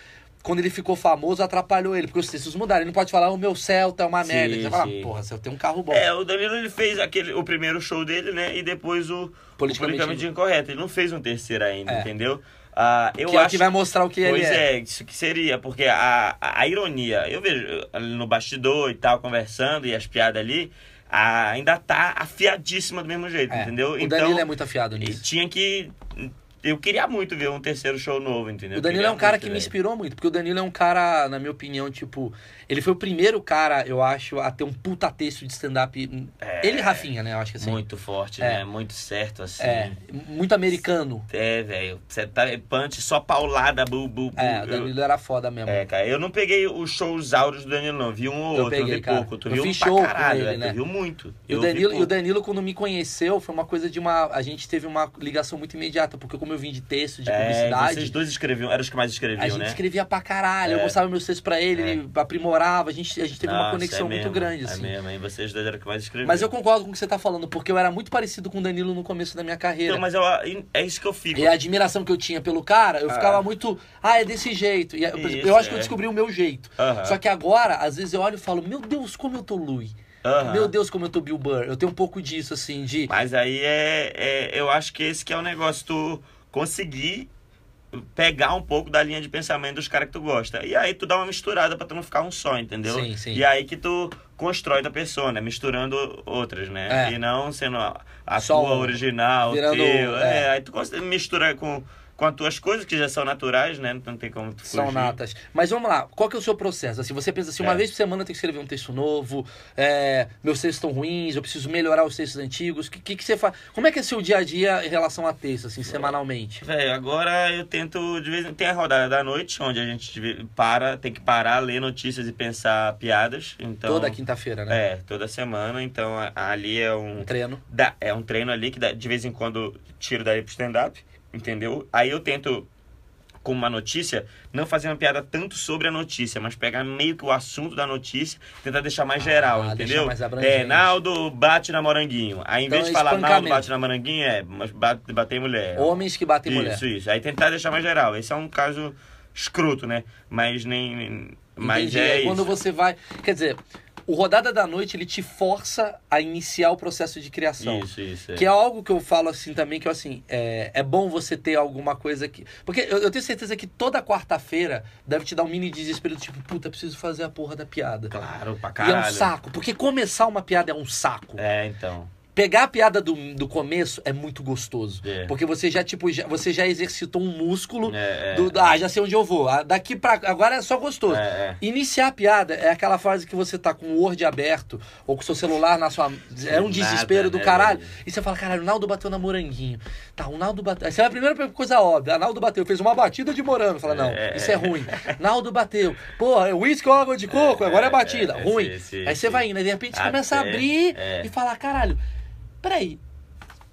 A: quando ele ficou famoso, atrapalhou ele. Porque os textos mudaram. Ele não pode falar, o meu Celta é uma
B: Sim,
A: merda. Ele vai falar,
B: sim.
A: porra, Celta tem um carro bom.
B: É, o Danilo ele fez aquele, o primeiro show dele, né? E depois o o
A: Politicamente-
B: politicamente, incorreto. Ele não fez um terceiro ainda,
A: É.
B: entendeu? Ah, eu
A: que é o
B: acho
A: que vai mostrar o que ele
B: pois
A: é.
B: é. isso que seria, porque a, a, a ironia, eu vejo eu, ali no bastidor e tal, conversando e as piadas ali, a- ainda tá afiadíssima do mesmo jeito,
A: É.
B: entendeu? Então,
A: O Danilo é muito afiado
B: E
A: nisso.
B: tinha que. Eu queria muito ver um terceiro show novo, entendeu?
A: O Danilo
B: Queria
A: é um cara
B: muito,
A: que me
B: velho.
A: inspirou muito, porque o Danilo é um cara, na minha opinião, tipo, ele foi o primeiro cara, eu acho, a ter um puta texto de stand-up. Ele e Rafinha, né? Eu acho que assim.
B: É. Muito forte,
A: É.
B: né? Muito certo, assim.
A: É, muito americano.
B: É, velho. Você tá é punch, só paulada, bu, bu, bu.
A: É, o
B: eu,
A: Danilo era foda mesmo.
B: é, cara. Eu não peguei os shows áureos do Danilo, não. Vi um ou
A: Eu
B: outro,
A: peguei,
B: vi
A: cara.
B: pouco. Tu
A: Eu
B: viu
A: fiz
B: um pra
A: show com
B: caralho,
A: ele,
B: velho.
A: né?
B: Tu viu muito.
A: E o,
B: Eu vi
A: Danilo, e o
B: pouco.
A: Danilo, quando me conheceu, foi uma coisa de uma. A gente teve uma ligação muito imediata, porque como eu vim de texto, de
B: É, vocês
A: publicidade,
B: dois escreviam, eram os que mais escreviam,
A: a gente
B: né?
A: escrevia pra caralho. Eu
B: É.
A: mostrava meus textos pra ele,
B: É.
A: ele aprimorava, a gente, a gente teve uma
B: Nossa,
A: conexão
B: é
A: muito
B: mesmo,
A: grande,
B: É
A: assim.
B: mesmo, hein? Vocês dois eram os que mais escreviam.
A: mas eu concordo com o que você tá falando, porque eu era muito parecido com o Danilo no começo da minha carreira.
B: Então, mas eu, é isso que eu fico.
A: E a admiração que eu tinha pelo cara, eu
B: Ah.
A: ficava muito. Ah, é desse jeito. E, eu, por
B: Isso,
A: exemplo, eu acho que eu
B: é. Ah.
A: descobri o meu jeito.
B: Aham.
A: Só que agora, às vezes eu olho e falo: Meu Deus, como eu tô Lui.
B: Aham.
A: Meu Deus, como eu tô Bill Burr. Eu tenho um pouco disso, assim, de.
B: Mas aí é, é- Eu acho que esse que é o negócio, tu conseguir pegar um pouco da linha de pensamento dos caras que tu gosta. E aí tu dá uma misturada pra tu não ficar um só, entendeu?
A: Sim, sim.
B: E aí que tu constrói da persona, misturando outras, né?
A: É.
B: E não sendo a, a
A: Só
B: tua
A: um.
B: original, o
A: Virando,
B: teu.
A: é.
B: É. aí tu cons- mistura com, com as tuas coisas que já são naturais, né? Não tem como tu fugir.
A: São natas. Mas vamos lá, qual que é o seu processo? Assim, você pensa assim, uma
B: É.
A: vez por semana eu tenho que escrever um texto novo, é, meus textos estão ruins, eu preciso melhorar os textos antigos. O que, que, que você faz? Como é que é seu dia a dia em relação a texto, assim, semanalmente?
B: Velho, agora eu tento de vez em tem a rodada da noite onde a gente vê- para, tem que parar, ler notícias e pensar piadas. Então
A: Toda quinta-feira, né?
B: É, toda semana, então a- ali é um
A: Um treino.
B: dá- é um treino ali que dá- de vez em quando tiro daí pro stand up, entendeu? Aí eu tento com uma notícia, não fazer uma piada tanto sobre a notícia, mas pegar meio que o assunto da notícia, tentar deixar mais geral,
A: Ah, deixar
B: entendeu?
A: mais abrangente.
B: é, Naldo bate na moranguinho. Aí em
A: Então
B: vez de
A: é
B: falar Naldo
A: espancamento.
B: bate na moranguinho, é, mas bate, bater em mulher.
A: Homens que batem
B: É. Isso,
A: mulher.
B: isso. Aí tentar deixar mais geral. Esse é um caso escroto, né? Mas nem. nem- Mas
A: Entendi.
B: é
A: Aí
B: isso.
A: quando você vai. Quer dizer, O Rodada da Noite, ele te força a iniciar o processo de criação.
B: Isso, isso.
A: Que é algo que eu falo assim também, que eu, assim, é, é bom você ter alguma coisa que. Porque eu, eu tenho certeza que toda quarta-feira deve te dar um mini desespero, do tipo, puta, preciso fazer a porra da piada.
B: Claro, pra
A: E é
B: caralho.
A: um saco, porque começar uma piada é um saco.
B: É, então.
A: Pegar a piada do, do começo é muito gostoso.
B: É.
A: Porque você já, tipo, já- você já exercitou um músculo
B: É, é.
A: do. Ah, já sei onde eu vou. Ah, Daqui pra. Agora é só gostoso.
B: É, é.
A: Iniciar a piada é aquela fase que você tá com o Word aberto ou com o seu celular na sua. É um
B: Nada,
A: desespero do
B: né,
A: caralho.
B: velho?
A: E você fala, caralho, o Naldo bateu na moranguinho. Tá, o Naldo bateu. Essa é a primeira coisa óbvia. "Ah, Naldo bateu, fez uma batida de morango. Fala, não,
B: É.
A: isso é ruim. Naldo bateu. Porra, é uísque ou água de coco? Agora é batida.
B: é,
A: ruim.
B: sim, sim,
A: Aí você
B: sim.
A: vai indo, aí de repente você começa a
B: Até,
A: abrir
B: é.
A: e falar, caralho, peraí.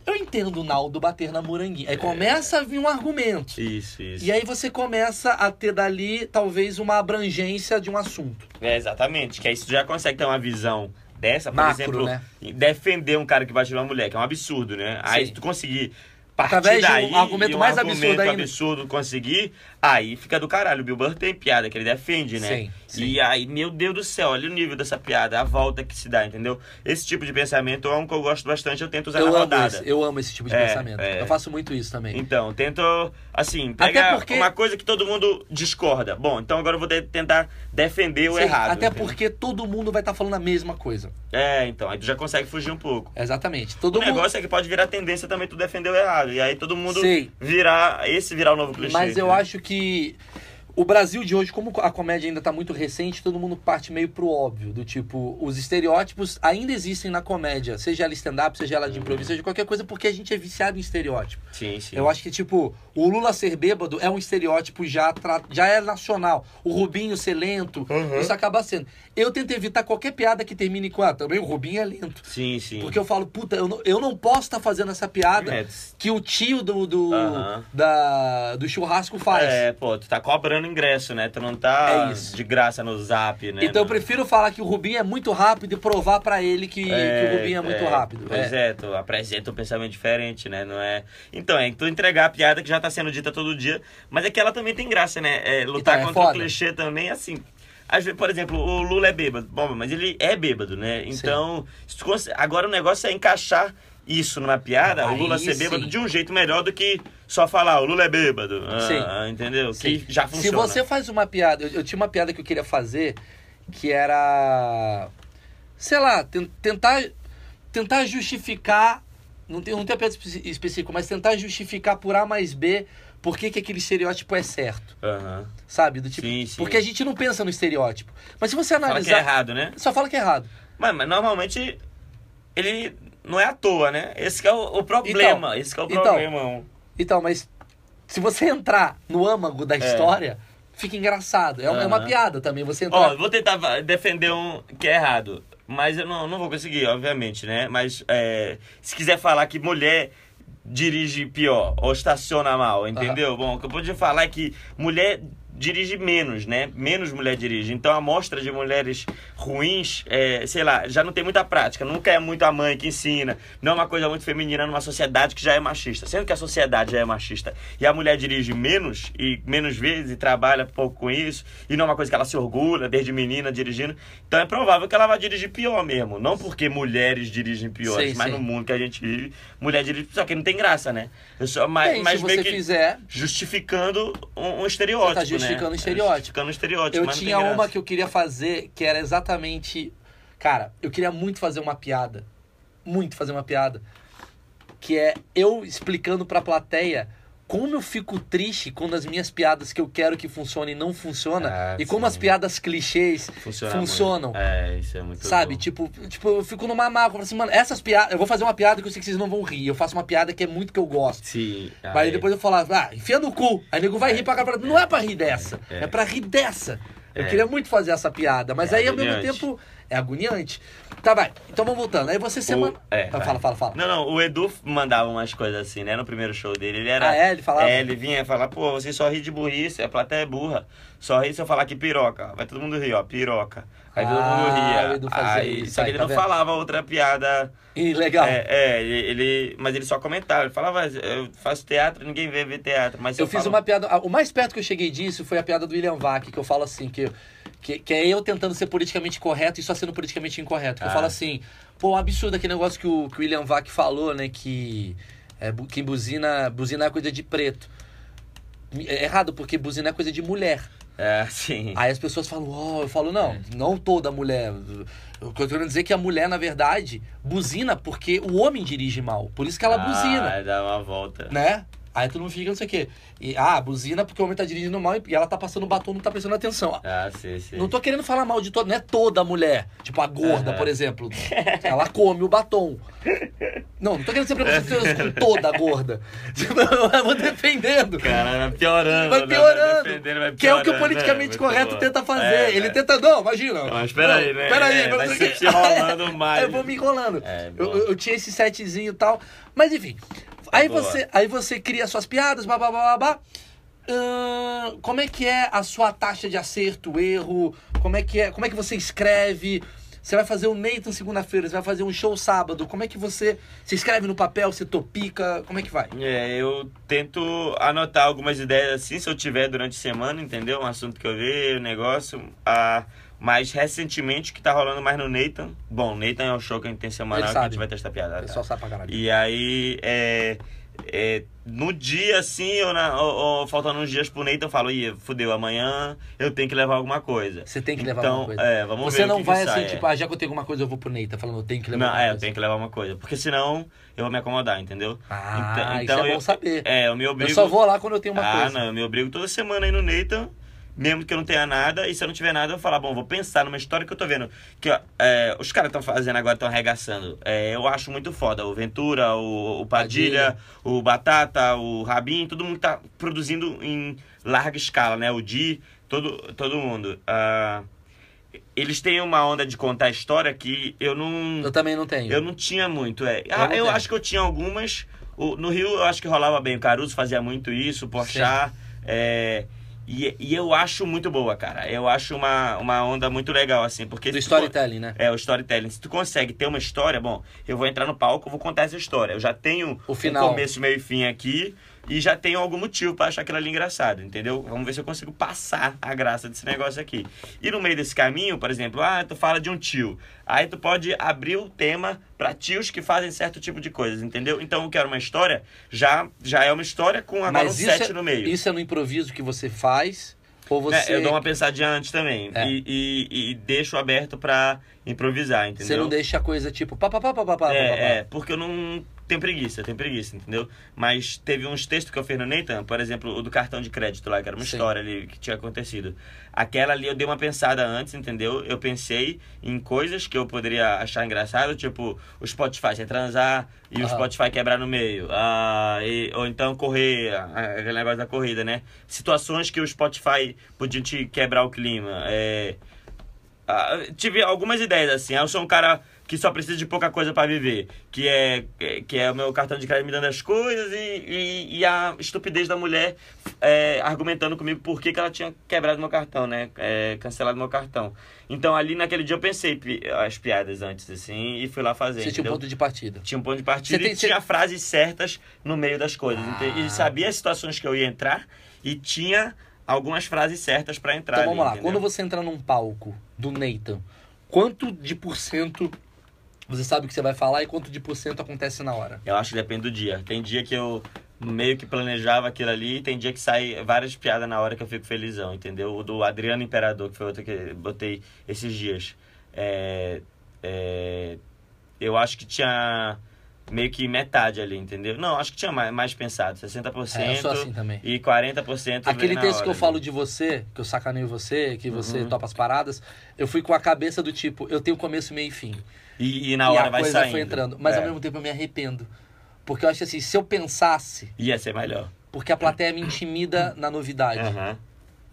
A: Eu entendo o Naldo bater na moranguinho.
B: É.
A: Aí começa a vir um argumento.
B: Isso, isso.
A: E aí você começa a ter dali, talvez, uma abrangência de um assunto.
B: É, exatamente. Que aí você já consegue ter uma visão dessa, por
A: Macro,
B: exemplo,
A: né?
B: defender um cara que bateu uma mulher, que é um absurdo, né? Aí
A: Sim.
B: tu conseguir partir
A: Através de um
B: daí,
A: argumento
B: e
A: mais absurdo
B: argumento
A: ainda.
B: absurdo conseguir, aí fica do caralho. O Bill Burr tem piada que ele defende, né?
A: Sim, sim.
B: E aí, meu Deus do céu, olha o nível dessa piada, a volta que se dá, entendeu? Esse tipo de pensamento é um que eu gosto bastante, eu tento usar
A: Eu
B: na
A: amo,
B: é rodada.
A: esse, eu amo esse tipo de
B: É,
A: pensamento.
B: é.
A: Eu faço muito isso também.
B: Então, tento, assim,
A: Até
B: pegar
A: porque-
B: uma coisa que todo mundo discorda. Bom, então agora eu vou de- tentar defender o
A: Sim,
B: errado.
A: até
B: entendeu?
A: porque todo mundo vai estar falando a mesma coisa.
B: É, então, aí tu já consegue fugir um pouco.
A: Exatamente. Todo
B: O
A: mundo.
B: negócio é que pode virar tendência também tu defendeu errado. E aí todo mundo
A: Sei.
B: virar. Esse virar o novo clichê. né?
A: Mas eu
B: entendeu?
A: acho que o Brasil de hoje, como a comédia ainda tá muito recente, todo mundo parte meio pro óbvio. Do tipo, os estereótipos ainda existem na comédia. Seja ela stand-up, seja ela de improviso, seja qualquer coisa, porque a gente é viciado em estereótipo.
B: Sim, sim.
A: Eu acho que, tipo, o Lula ser bêbado é um estereótipo já, tra- já é nacional. O Rubinho ser lento,
B: Uhum.
A: isso acaba sendo. Eu tento evitar qualquer piada que termine com, ah, também o Rubinho é lento.
B: Sim, sim.
A: Porque eu falo, puta, eu não, eu não posso estar fazendo essa piada
B: É,
A: que o tio do, do,
B: Aham.
A: da, do churrasco faz.
B: É, pô, tu tá cobrando ingresso, né? Tu não tá
A: É isso.
B: de graça no zap, né?
A: então eu
B: Não.
A: prefiro falar que o Rubinho é muito rápido e provar pra ele que, que o Rubinho é muito rápido.
B: Pois é. tu apresenta um pensamento diferente, né? Não é. Então, é tu entregar a piada que já tá sendo dita todo dia, mas é que ela também tem graça, né? É, lutar
A: Então, é
B: contra o
A: foda.
B: clichê também, assim. Às vezes, por exemplo, o Lula é bêbado. Bom, mas ele é bêbado, né? Então, se tu cons- agora o negócio é encaixar isso numa piada, o
A: Aí
B: Lula ser bêbado
A: sim.
B: de um jeito melhor do que só falar, o Lula é bêbado. Ah,
A: Sim.
B: Entendeu?
A: Sim.
B: Que já
A: Se
B: funciona.
A: você faz uma piada, eu, eu tinha uma piada que eu queria fazer que era. Sei lá, ten- tentar, tentar justificar. Não tem, não tem a piada espe- específica, mas tentar justificar por A mais B por que, que aquele estereótipo é certo.
B: Aham.
A: Sabe? Do tipo,
B: Sim, sim.
A: Porque a gente não pensa no estereótipo. Mas se você
B: Fala que é
A: analisar.
B: errado, né?
A: só fala que é errado.
B: Mas, mas normalmente ele não é à toa, né? Esse que é o, o problema.
A: Então,
B: esse que é o
A: então.
B: problema.
A: Então, mas se você entrar no âmago da história, fica engraçado. É, uma- é uma
B: É. Aham.
A: piada também. Você entrar.
B: Ó, eu vou tentar va- defender um que é errado. Mas eu não, não vou conseguir, obviamente, né? Mas é, se quiser falar que mulher dirige pior ou estaciona mal, entendeu? Bom, o que eu podia falar é que mulher dirige menos, né? Menos mulher dirige. Então a amostra de mulheres ruins, é, sei lá, já não tem muita prática. Nunca é muito a mãe que ensina. Não é uma coisa muito feminina numa sociedade que já é machista. Sendo que a sociedade já é machista e a mulher dirige menos e menos vezes e trabalha pouco com isso e não é uma coisa que ela se orgulha desde menina dirigindo. Então é provável que ela vá dirigir pior mesmo. Não porque mulheres dirigem piores,
A: Sim,
B: mas
A: sim.
B: no mundo que a gente vive, mulher dirige. Só que não tem graça, né? Eu só, mas,
A: Bem,
B: mas
A: se
B: meio
A: você
B: que
A: fizer,
B: justificando um, um estereótipo.
A: Você tá justificando
B: né?
A: um estereótipo.
B: Justificando um estereótipo.
A: Eu
B: mas
A: tinha
B: não tem
A: uma que eu queria fazer que era exatamente. Cara, eu queria muito fazer uma piada. Muito fazer uma piada. Que é eu explicando pra plateia como eu fico triste quando as minhas piadas que eu quero que funcionem não funcionam.
B: Ah,
A: e como
B: sim.
A: as piadas clichês
B: Funciona
A: funcionam.
B: muito. É, isso é muito
A: Sabe,
B: bom.
A: tipo, tipo, eu fico numa mágoa, eu falo assim, mano, essas piadas, eu vou fazer uma piada que eu sei que vocês não vão rir, eu faço uma piada que é muito que eu gosto.
B: Sim.
A: Mas aí depois eu falava, ah, enfia no cu. Aí o nego vai rir pra cá. Pra... Não é pra rir dessa. É,
B: É.
A: pra rir dessa. Eu
B: É.
A: queria muito fazer essa piada, mas
B: É
A: aí ao mesmo
B: agoniante.
A: tempo é agoniante. Tá, vai. Então vamos voltando. Aí você semana.
B: é,
A: Ah,
B: vai.
A: fala, fala, fala.
B: Não, não, o Edu mandava umas coisas assim, né? No primeiro show dele. Ele era.
A: Ah, é? Ele falava?
B: É, ele vinha falar, pô, você só ri de burrice, a plateia é burra. Só ri se eu falar que piroca. Vai todo mundo rir, ó, piroca. Aí todo
A: Ah,
B: mundo ria.
A: o Edu fazia
B: aí,
A: isso,
B: só que
A: aí,
B: ele
A: tá
B: não
A: vendo?
B: falava outra piada.
A: Ih, legal.
B: É, é, ele, ele- Mas ele só comentava. Ele falava, "Ah, eu faço teatro, ninguém vê ver teatro. Mas se
A: eu fiz
B: falo-
A: uma piada. ah, O mais perto que eu cheguei disso foi a piada do William Vac, que eu falo assim, que, Que, que é eu tentando ser politicamente correto e só sendo politicamente incorreto. Que Eu
B: Ah.
A: falo assim, pô, absurdo aquele negócio que o, que o William Vac falou, né? Que é, bu- quem buzina, buzina é coisa de preto. É errado, porque buzina é coisa de mulher.
B: É, sim.
A: Aí as pessoas falam, ó, eu falo,
B: É.
A: não, não toda mulher. Eu tô querendo dizer é que a mulher, na verdade, buzina porque o homem dirige mal. Por isso que ela buzina,
B: Ah, dá uma volta.
A: né? Aí tu não fica, não sei o quê. E, ah, buzina porque o homem tá dirigindo mal e ela tá passando batom, não tá prestando atenção.
B: Ah, sim, sim.
A: Não tô querendo falar mal de toda, não é toda mulher. Tipo, a gorda,
B: Aham.
A: por exemplo. Ela come o batom. Não, não tô querendo ser preconceituoso com toda gorda. Tipo, eu vou defendendo.
B: Cara, vai piorando.
A: Vai
B: né?
A: piorando.
B: defendendo, vai
A: que é o que o
B: piorando,
A: politicamente
B: né? Muito
A: correto
B: bom.
A: tenta fazer.
B: É,
A: Ele
B: é.
A: tenta. Não, imagina.
B: Mas peraí, né?
A: Peraí,
B: É, vai
A: vamos
B: sempre se enrolando mais.
A: É, Eu vou me enrolando.
B: É,
A: eu,
B: boa.
A: eu- eu tinha esse setzinho e tal. Mas enfim. Aí
B: Boa.
A: você, aí você cria suas piadas, blá blá blá blá. blá. Ahn, como é que é a sua taxa de acerto, erro? Como é que é? Como é que você escreve? Você vai fazer o Nathan segunda-feira, você vai fazer um show sábado. Como é que você. Você escreve no papel, você topica? Como é que vai?
B: É, eu tento anotar algumas ideias assim, se eu tiver durante a semana, entendeu? Um assunto que eu vi, um negócio. Ah, mas recentemente o que tá rolando mais no Nathan. Bom, Nathan é o show que a gente tem semanal
A: Ele
B: que a
A: sabe.
B: gente vai testar piada.
A: O
B: tá?
A: pessoal sabe pra caralho.
B: E aí, é, é, no dia assim, ou, na- ou- ou faltando uns dias pro Nathan, eu falo, ih, fudeu, amanhã eu tenho que levar alguma coisa.
A: Você tem que levar
B: Então,
A: alguma coisa.
B: é, vamos
A: Você
B: ver o
A: não
B: que que
A: vai
B: sai,
A: assim,
B: é.
A: tipo, ah, já que eu tenho alguma coisa, eu vou pro Neita, falando, eu tenho que levar
B: Não,
A: alguma
B: é, eu
A: coisa.
B: tenho que levar uma coisa, porque senão eu vou me acomodar, entendeu?
A: Ah,
B: Então- então
A: isso é bom
B: eu-
A: saber.
B: É, eu me
A: eu
B: obrigo.
A: só vou lá quando eu tenho uma
B: ah,
A: coisa.
B: não, eu me obrigo toda semana aí no Nathan, mesmo que eu não tenha nada, e se eu não tiver nada, eu falar, bom, vou pensar numa história que eu tô vendo. Que ó, é, os caras estão fazendo agora, estão arregaçando. É, eu acho muito foda. O Ventura, o, o Padilha, o Batata, o Rabin, todo mundo tá produzindo em larga escala, né? O Di, todo, todo mundo. Ah, eles têm uma onda de contar história que eu não.
A: Eu também não tenho.
B: Eu não tinha muito, é. Ah,
A: não
B: eu
A: tenho.
B: acho que eu tinha algumas. O- no Rio eu acho que rolava bem. O Caruso fazia muito isso, o Porchat. É, e, e eu acho muito boa, cara. Eu acho uma, uma onda muito legal, assim, porque...
A: Do
B: se tu-
A: storytelling, né?
B: É, o storytelling. Se tu consegue ter uma história, bom, eu vou entrar no palco, eu vou contar essa história. Eu já tenho
A: O
B: um
A: final.
B: começo, meio e fim aqui e já tenho algum motivo pra achar aquilo ali engraçado, entendeu? Vamos ver se eu consigo passar a graça desse negócio aqui. E no meio desse caminho, por exemplo, ah, tu fala de um tio. Aí tu pode abrir o tema pra tios que fazem certo tipo de coisas, entendeu? Então eu quero uma história, já, já é uma história com agora
A: Mas
B: um
A: isso
B: set
A: é,
B: no meio.
A: isso é no improviso que você faz? Ou você.
B: Né, eu dou uma pensadinha antes também.
A: É.
B: E, e, e deixo aberto pra improvisar, entendeu?
A: Você não deixa a coisa tipo. Pá, pá, pá, pá, pá, pá, pá, pá.
B: É, é, porque eu não tenho preguiça, eu tenho preguiça, entendeu? Mas teve uns textos que eu fiz no Nathan, por exemplo, o do cartão de crédito lá, que era uma
A: Sim.
B: história ali que tinha acontecido. Aquela ali eu dei uma pensada antes, entendeu? Eu pensei em coisas que eu poderia achar engraçado, tipo o Spotify sem transar e o
A: Aham.
B: Spotify quebrar no meio. Ah, e- ou então correr, ah, aquele negócio da corrida, né? Situações que o Spotify podia te quebrar o clima. É, ah, tive algumas ideias assim. Eu sou um cara que só precisa de pouca coisa pra viver, que é que é o meu cartão de crédito me dando as coisas e, e, e a estupidez da mulher é, argumentando comigo por que, que ela tinha quebrado meu cartão, né? É, cancelado meu cartão. Então ali naquele dia eu pensei pi- as piadas antes assim e fui lá fazer.
A: Você tinha um
B: entendeu?
A: ponto de partida.
B: Tinha um ponto de partida
A: Você tem-
B: e
A: você-
B: tinha frases certas no meio das coisas.
A: Ah.
B: ente- E sabia as situações que eu ia entrar e tinha algumas frases certas pra entrar.
A: Então
B: ali,
A: vamos lá.
B: entendeu?
A: Quando você entra num palco do Nathan, quanto de por cento você sabe o que você vai falar e quanto de por cento acontece na hora?
B: Eu acho que depende do dia. Tem dia que eu meio que planejava aquilo ali, tem dia que sai várias piadas na hora que eu fico felizão, entendeu? O do Adriano Imperador, que foi outro que eu botei esses dias. É, é, eu acho que tinha meio que metade ali, entendeu? Não, acho que tinha mais, mais pensado, 60%
A: É, eu sou assim também.
B: e 40% vem
A: Aquele
B: na
A: texto que
B: hora,
A: eu falo
B: né?
A: de você, que eu sacaneio você, que você
B: Uhum.
A: topa as paradas, eu fui com a cabeça do tipo, eu tenho começo, meio e fim.
B: E, e na
A: e
B: hora
A: a
B: vai
A: coisa
B: saindo.
A: foi entrando. Mas
B: É.
A: ao mesmo tempo eu me arrependo. Porque eu acho assim, se eu pensasse,
B: Ia ser melhor.
A: porque a plateia me intimida na novidade.
B: Aham.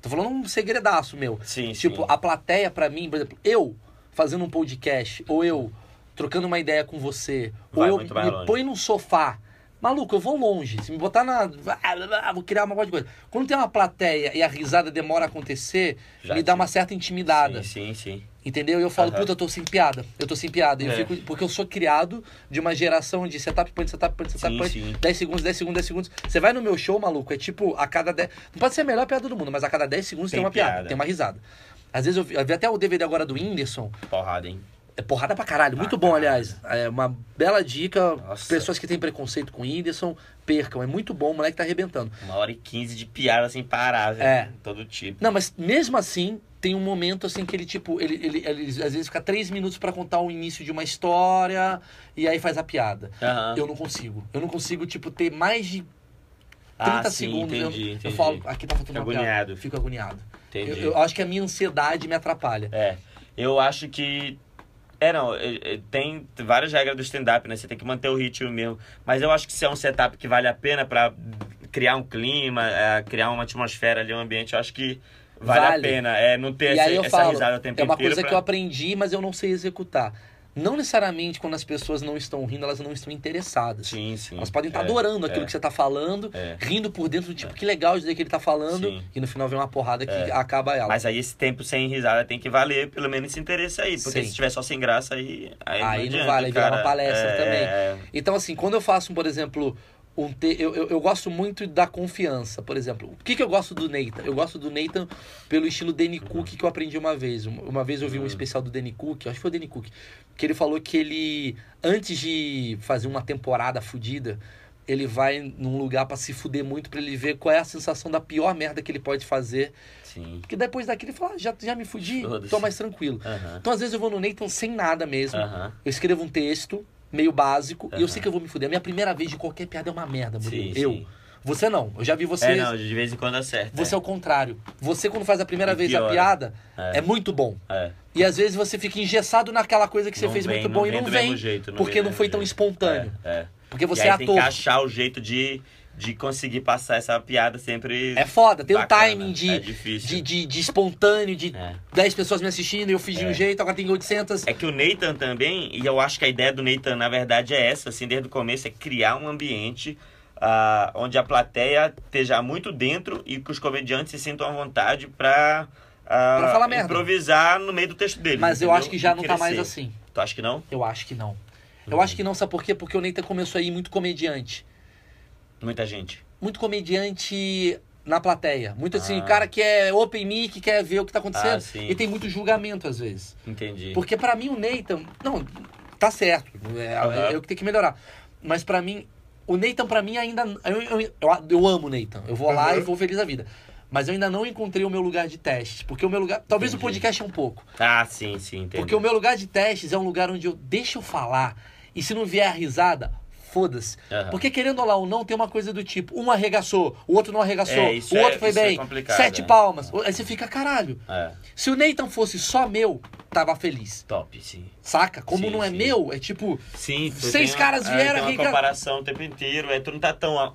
A: Tô falando um segredaço meu.
B: Sim,
A: Tipo,
B: sim.
A: a plateia pra mim, por exemplo, eu fazendo um podcast, ou eu trocando uma ideia com você, ou
B: Vai
A: eu
B: muito mais
A: me
B: longe.
A: põe num sofá. Maluco, eu vou longe. Se me botar na. Ah, Vou criar uma monte de coisa. Quando tem uma plateia e a risada demora a acontecer,
B: Já
A: me dá
B: te-
A: uma certa intimidada.
B: Sim, sim, sim.
A: Entendeu? E eu falo,
B: Aham.
A: puta, eu tô sem piada. Eu tô sem piada. E Eu
B: É.
A: fico, porque eu sou criado de uma geração de setup punch, setup punch, setup
B: Sim,
A: punch.
B: sim.
A: 10 segundos, 10 segundos, 10 segundos. Você vai no meu show, maluco, é tipo, a cada 10. Não pode ser a melhor piada do mundo, mas a cada 10 segundos tem,
B: Tem
A: uma piada,
B: piada.
A: tem uma risada. Às vezes eu vi, eu vi até o DVD agora do Whindersson.
B: Porrada, hein?
A: É porrada pra caralho. Muito
B: Pra
A: bom,
B: caralho.
A: aliás. É uma bela dica.
B: Nossa.
A: Pessoas que têm preconceito com o Whindersson, percam. É muito bom, o moleque tá arrebentando.
B: Uma hora e quinze de piada sem parar, velho.
A: É.
B: Todo tipo.
A: Não, mas mesmo assim, tem um momento assim que ele, tipo, ele, ele, ele às vezes fica três minutos pra contar o início de uma história e aí faz a piada.
B: Aham.
A: Eu não consigo. Eu não consigo, tipo, ter mais de 30
B: Ah, sim,
A: segundos. Eu-
B: entendi,
A: eu,
B: entendi.
A: falo, aqui tá faltando
B: Fica
A: uma piada.
B: agoniado.
A: Fico agoniado. Eu,
B: Entendi.
A: eu acho que a minha ansiedade me atrapalha.
B: É. Eu acho que. É, não, é, é, tem várias regras do stand-up, né? Você tem que manter o ritmo mesmo. Mas eu acho que se é um setup que vale a pena pra criar um clima, é, criar uma atmosfera ali, um ambiente, eu acho que vale,
A: Vale.
B: a pena. É, não ter
A: E
B: essa,
A: aí eu
B: essa
A: falo,
B: risada o tempo
A: é uma
B: inteiro.
A: coisa
B: pra-
A: que eu aprendi, mas eu não sei executar. Não necessariamente quando as pessoas não estão rindo, elas não estão interessadas.
B: Sim, sim.
A: Elas podem estar
B: É,
A: adorando aquilo
B: é.
A: que você tá falando,
B: É.
A: rindo por dentro, tipo, que legal isso daí que ele tá falando,
B: Sim. É.
A: e no final vem uma porrada que acaba ela.
B: Mas aí esse tempo sem risada tem que valer pelo menos esse interesse aí. Porque
A: Sim.
B: se tiver só sem graça, aí.
A: Aí
B: Aí,
A: não
B: adianta,
A: vale, aí vira
B: cara.
A: uma palestra
B: É,
A: também.
B: é,
A: Então, assim, quando eu faço, por exemplo, um te... eu, eu, eu gosto muito da confiança, por exemplo. O que, que eu gosto do Nathan? Eu gosto do Nathan pelo estilo Danny Cook que eu aprendi uma vez. Uma uma vez eu
B: Hum.
A: vi um especial do Danny Cook, acho que foi o Danny Cook, que ele falou que ele, antes de fazer uma temporada fodida, ele vai num lugar pra se fuder muito, pra ele ver qual é a sensação da pior merda que ele pode fazer.
B: Sim.
A: Porque depois daquilo ele fala, ah, já, já me fudi,
B: Foda-se.
A: tô mais tranquilo.
B: Aham.
A: Então, às vezes, eu vou no Nathan sem nada mesmo.
B: Aham.
A: Eu escrevo um texto meio básico e eu
B: Aham.
A: sei que eu vou me fuder. A minha primeira vez de qualquer piada é uma merda, Murilo.
B: Sim,
A: eu.
B: sim.
A: Você não. Eu já vi você.
B: É, não, de vez em quando acerta.
A: Você é. o contrário. Você, quando faz a primeira
B: E
A: vez a
B: piora.
A: piada, é.
B: É.
A: muito bom.
B: é.
A: E às vezes você fica engessado naquela coisa que você
B: Não
A: fez
B: vem,
A: muito bom e
B: vem
A: não
B: do
A: vem.
B: mesmo jeito,
A: porque
B: vem do
A: não
B: mesmo
A: foi tão
B: jeito.
A: espontâneo.
B: É, é.
A: Porque você
B: e aí
A: é
B: tem
A: ator.
B: que achar o jeito de, de conseguir passar essa piada sempre.
A: É foda, tem um
B: bacana.
A: timing de,
B: É
A: de,
B: difícil.
A: de, de espontâneo, de
B: É.
A: 10 pessoas me assistindo, eu fiz de um
B: É.
A: jeito, agora tem 800.
B: É que o Nathan também, e eu acho que a ideia do Nathan, na verdade, é essa, assim, desde o começo, é criar um ambiente ah, onde a plateia esteja muito dentro e que os comediantes se sintam à vontade pra, ah,
A: Pra falar merda.
B: improvisar no meio do texto dele.
A: Mas eu
B: entendeu?
A: acho que já
B: E
A: não tá mais
B: crescer.
A: assim.
B: Tu acha que não?
A: Eu acho que não. Eu
B: Uhum.
A: acho que não, sabe por quê? Porque o Neita começou a ir muito comediante.
B: Muita gente.
A: Muito comediante na plateia. Muito assim,
B: Ah.
A: cara que é open mic, que quer ver o que tá acontecendo.
B: Ah, sim.
A: e tem muito julgamento às vezes.
B: Entendi.
A: Porque pra mim o Nathan. Não, tá certo. É,
B: Aham.
A: é eu que tenho que melhorar. Mas pra mim, o Nathan, pra mim, ainda. Eu, eu, eu, eu amo o Nathan. Eu vou lá e vou feliz a vida. Mas eu ainda não encontrei o meu lugar de teste. Porque o meu lugar. Talvez o
B: Entendi.
A: podcast é um pouco.
B: Ah, sim, sim, entendi.
A: Porque o meu lugar de testes é um lugar onde eu deixo eu falar. E se não vier a risada, foda-se.
B: Aham.
A: Porque querendo lá ou não, tem uma coisa do tipo: um arregaçou, o outro não arregaçou,
B: É, isso
A: o
B: é-
A: outro foi
B: isso é
A: bem.
B: complicado,
A: sete
B: né?
A: palmas. Aí você fica, caralho.
B: É,
A: Se o Nathan fosse só meu, tava feliz.
B: top, sim.
A: Saca? Como
B: Sim,
A: não é
B: sim.
A: meu, é tipo.
B: Sim, tu
A: Seis
B: tem
A: caras
B: uma, é,
A: vieram
B: tem uma
A: aqui, cara.
B: comparação o tempo inteiro, aí tu não tá tão ó,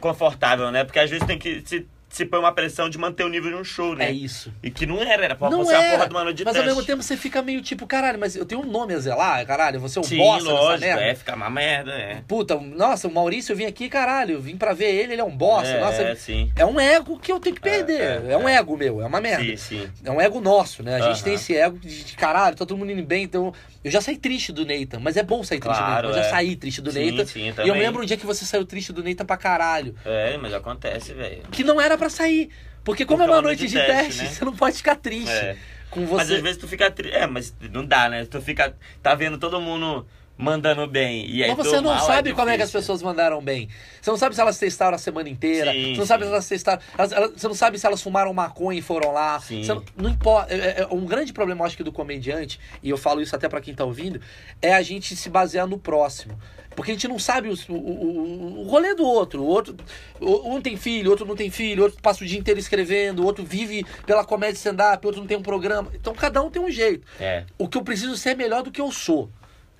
B: confortável, né? Porque às vezes tem que se, se põe uma pressão de manter o nível de um show, né?
A: É isso.
B: E que não era, era pra
A: não
B: você
A: é.
B: a porra de uma noite de
A: mas ao
B: teste.
A: mesmo tempo você fica meio tipo, caralho, mas eu tenho um nome a zelar, caralho, você é um
B: Sim,
A: bosta nessa
B: lógico,
A: merda.
B: é, fica uma merda, é.
A: Puta, nossa, o Maurício eu vim aqui, caralho, eu vim pra ver ele, ele é um bosta.
B: é,
A: nossa,
B: é, sim.
A: É um ego que eu tenho que
B: É,
A: perder. É,
B: é,
A: um
B: é.
A: ego meu, é uma merda.
B: Sim, sim.
A: É um ego nosso, né? A gente
B: Aham.
A: tem esse ego de, de caralho, tá todo mundo indo bem, então. Eu já saí triste do Nathan, mas é bom sair triste
B: Claro,
A: do Nathan. Eu já
B: é.
A: saí triste do
B: sim,
A: Nathan.
B: sim,
A: e eu
B: também.
A: lembro um dia que você saiu triste do Nathan pra caralho.
B: É, mas acontece, velho.
A: Que não era pra sair. Porque como
B: Porque
A: é uma noite de teste,
B: né?
A: você não pode ficar triste
B: É.
A: com
B: Mas às
A: você.
B: vezes tu fica triste. É, mas não dá, né? Tu fica. Tá vendo todo mundo mandando bem. E aí
A: Mas
B: tu
A: você não
B: mal,
A: sabe como é que as
B: É difícil.
A: pessoas mandaram bem. Você não sabe se elas testaram a semana inteira.
B: Sim,
A: você não sabe
B: sim.
A: se elas testaram. elas- elas- você não sabe se elas fumaram maconha e foram lá.
B: Sim.
A: Você não, não importa. É, é- é um grande problema, eu acho que, do comediante, e eu falo isso até pra quem tá ouvindo, é a gente se basear no próximo. Porque a gente não sabe o, o, o- o rolê do outro. O outro. o- Um tem filho, outro não tem filho, outro passa o dia inteiro escrevendo, o outro vive pela comédia stand-up, outro não tem um programa. Então cada um tem um jeito.
B: É.
A: O que eu preciso ser é melhor do que eu sou.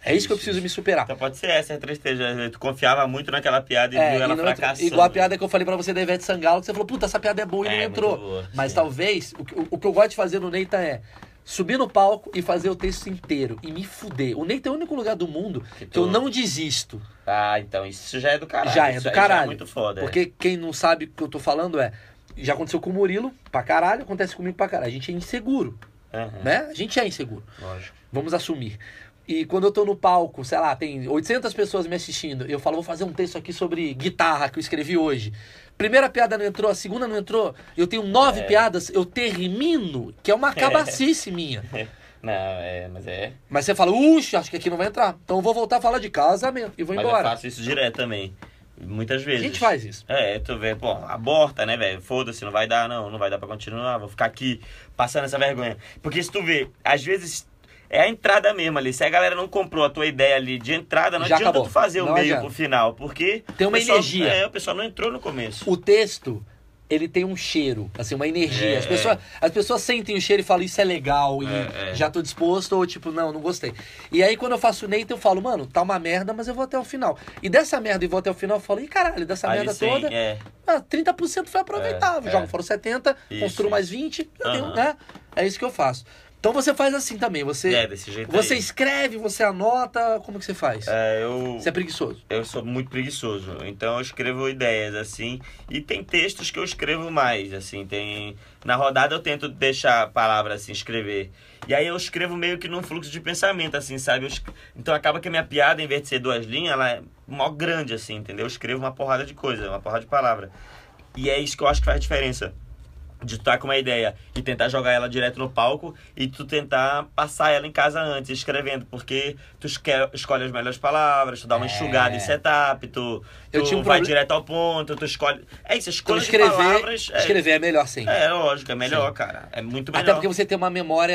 A: É isso que eu
B: Isso,
A: preciso me superar.
B: Então pode ser essa a tristeza. Tu confiava muito naquela piada e
A: É,
B: viu
A: e
B: ela
A: não entrou.
B: fracassando.
A: Igual a piada que eu falei pra você da Ivete Sangalo, que você falou, puta, essa piada é boa e
B: É,
A: não
B: muito
A: entrou.
B: boa,
A: Mas
B: sim.
A: talvez, o, que- o- o que eu gosto de fazer no Neita é subir no palco e fazer o texto inteiro e me fuder. O Neita é o único lugar do mundo que, eu
B: tu-
A: não desisto.
B: Ah, então isso já é do caralho.
A: já é
B: Isso
A: do
B: aí
A: caralho.
B: é muito foda. é.
A: Porque quem não sabe o que eu tô falando é. Já aconteceu com o Murilo, pra caralho, acontece comigo pra caralho. A gente é inseguro,
B: Aham,
A: né? A gente é inseguro.
B: lógico.
A: Vamos assumir. E quando eu tô no palco, sei lá, tem 800 pessoas me assistindo, eu falo, vou fazer um texto aqui sobre guitarra que eu escrevi hoje. Primeira piada não entrou, a segunda não entrou, eu tenho nove
C: É.
A: piadas, eu termino, que é uma cabacice minha.
C: Não, é, mas é.
A: Mas você fala, uxa, acho que aqui não vai entrar. Então eu vou voltar a falar de casamento e vou
B: Mas eu
A: embora.
B: faço isso direto também. Muitas
A: A
B: vezes.
A: gente faz isso.
B: É, tu vê, pô, aborta, né, velho? Foda-se, não vai dar, não, não vai dar pra continuar, vou ficar aqui passando essa vergonha. Porque se tu vê, às vezes é a entrada mesmo ali. Se a galera não comprou a tua ideia ali de entrada, não
A: Já
B: adianta
A: acabou.
B: tu fazer o
A: Não
B: meio
A: adianta.
B: pro final, porque.
A: Tem
B: o
A: uma
B: pessoal-
A: energia.
B: É, o pessoal não entrou no começo.
A: O texto, ele tem um cheiro, assim, uma energia.
B: É,
A: As, pessoas, as pessoas sentem o cheiro e falam, isso é legal, e
B: É, é.
A: já tô disposto, ou tipo, não, não gostei. E aí, quando eu faço o Nate, eu falo, mano, tá uma merda, mas eu vou até o final. E dessa merda e vou até o final, eu falo, ih, caralho, dessa
B: Ali
A: merda
B: sem-
A: toda,
B: é.
A: ah, 30% foi aproveitável.
C: É, é.
A: Jogo fora os 70,
B: Isso,
A: construo
B: isso.
A: mais 20, eu tenho,
B: Aham.
A: né? É isso que eu faço. Então você faz assim também, você...
B: É, desse jeito
A: Você
B: aí.
A: escreve, você anota, como que você faz?
B: É, eu...
A: Você é preguiçoso.
B: Eu sou muito preguiçoso, então eu escrevo ideias assim, e tem textos que eu escrevo mais, assim, tem na rodada eu tento deixar a palavra assim escrever. E aí eu escrevo meio que num fluxo de pensamento assim, sabe? Eu es- Então acaba que a minha piada em vez de ser duas linhas, ela é mó grande assim, entendeu? Eu escrevo uma porrada de coisa, uma porrada de palavra. E é isso que eu acho que faz diferença. De tu tá com uma ideia e tentar jogar ela direto no palco e tu tentar passar ela em casa antes, escrevendo, porque tu esque- escolhe as melhores palavras, tu dá uma
C: É.
B: enxugada em setup, tu,
A: Eu
B: tu
A: tinha um
B: vai
A: proble-
B: direto ao ponto, tu escolhe. É isso,
A: Então
B: escolha de
A: escrever,
B: palavras. é-
A: escrever é melhor sim.
B: É, lógico, é melhor, cara. É muito melhor.
A: Até porque você tem uma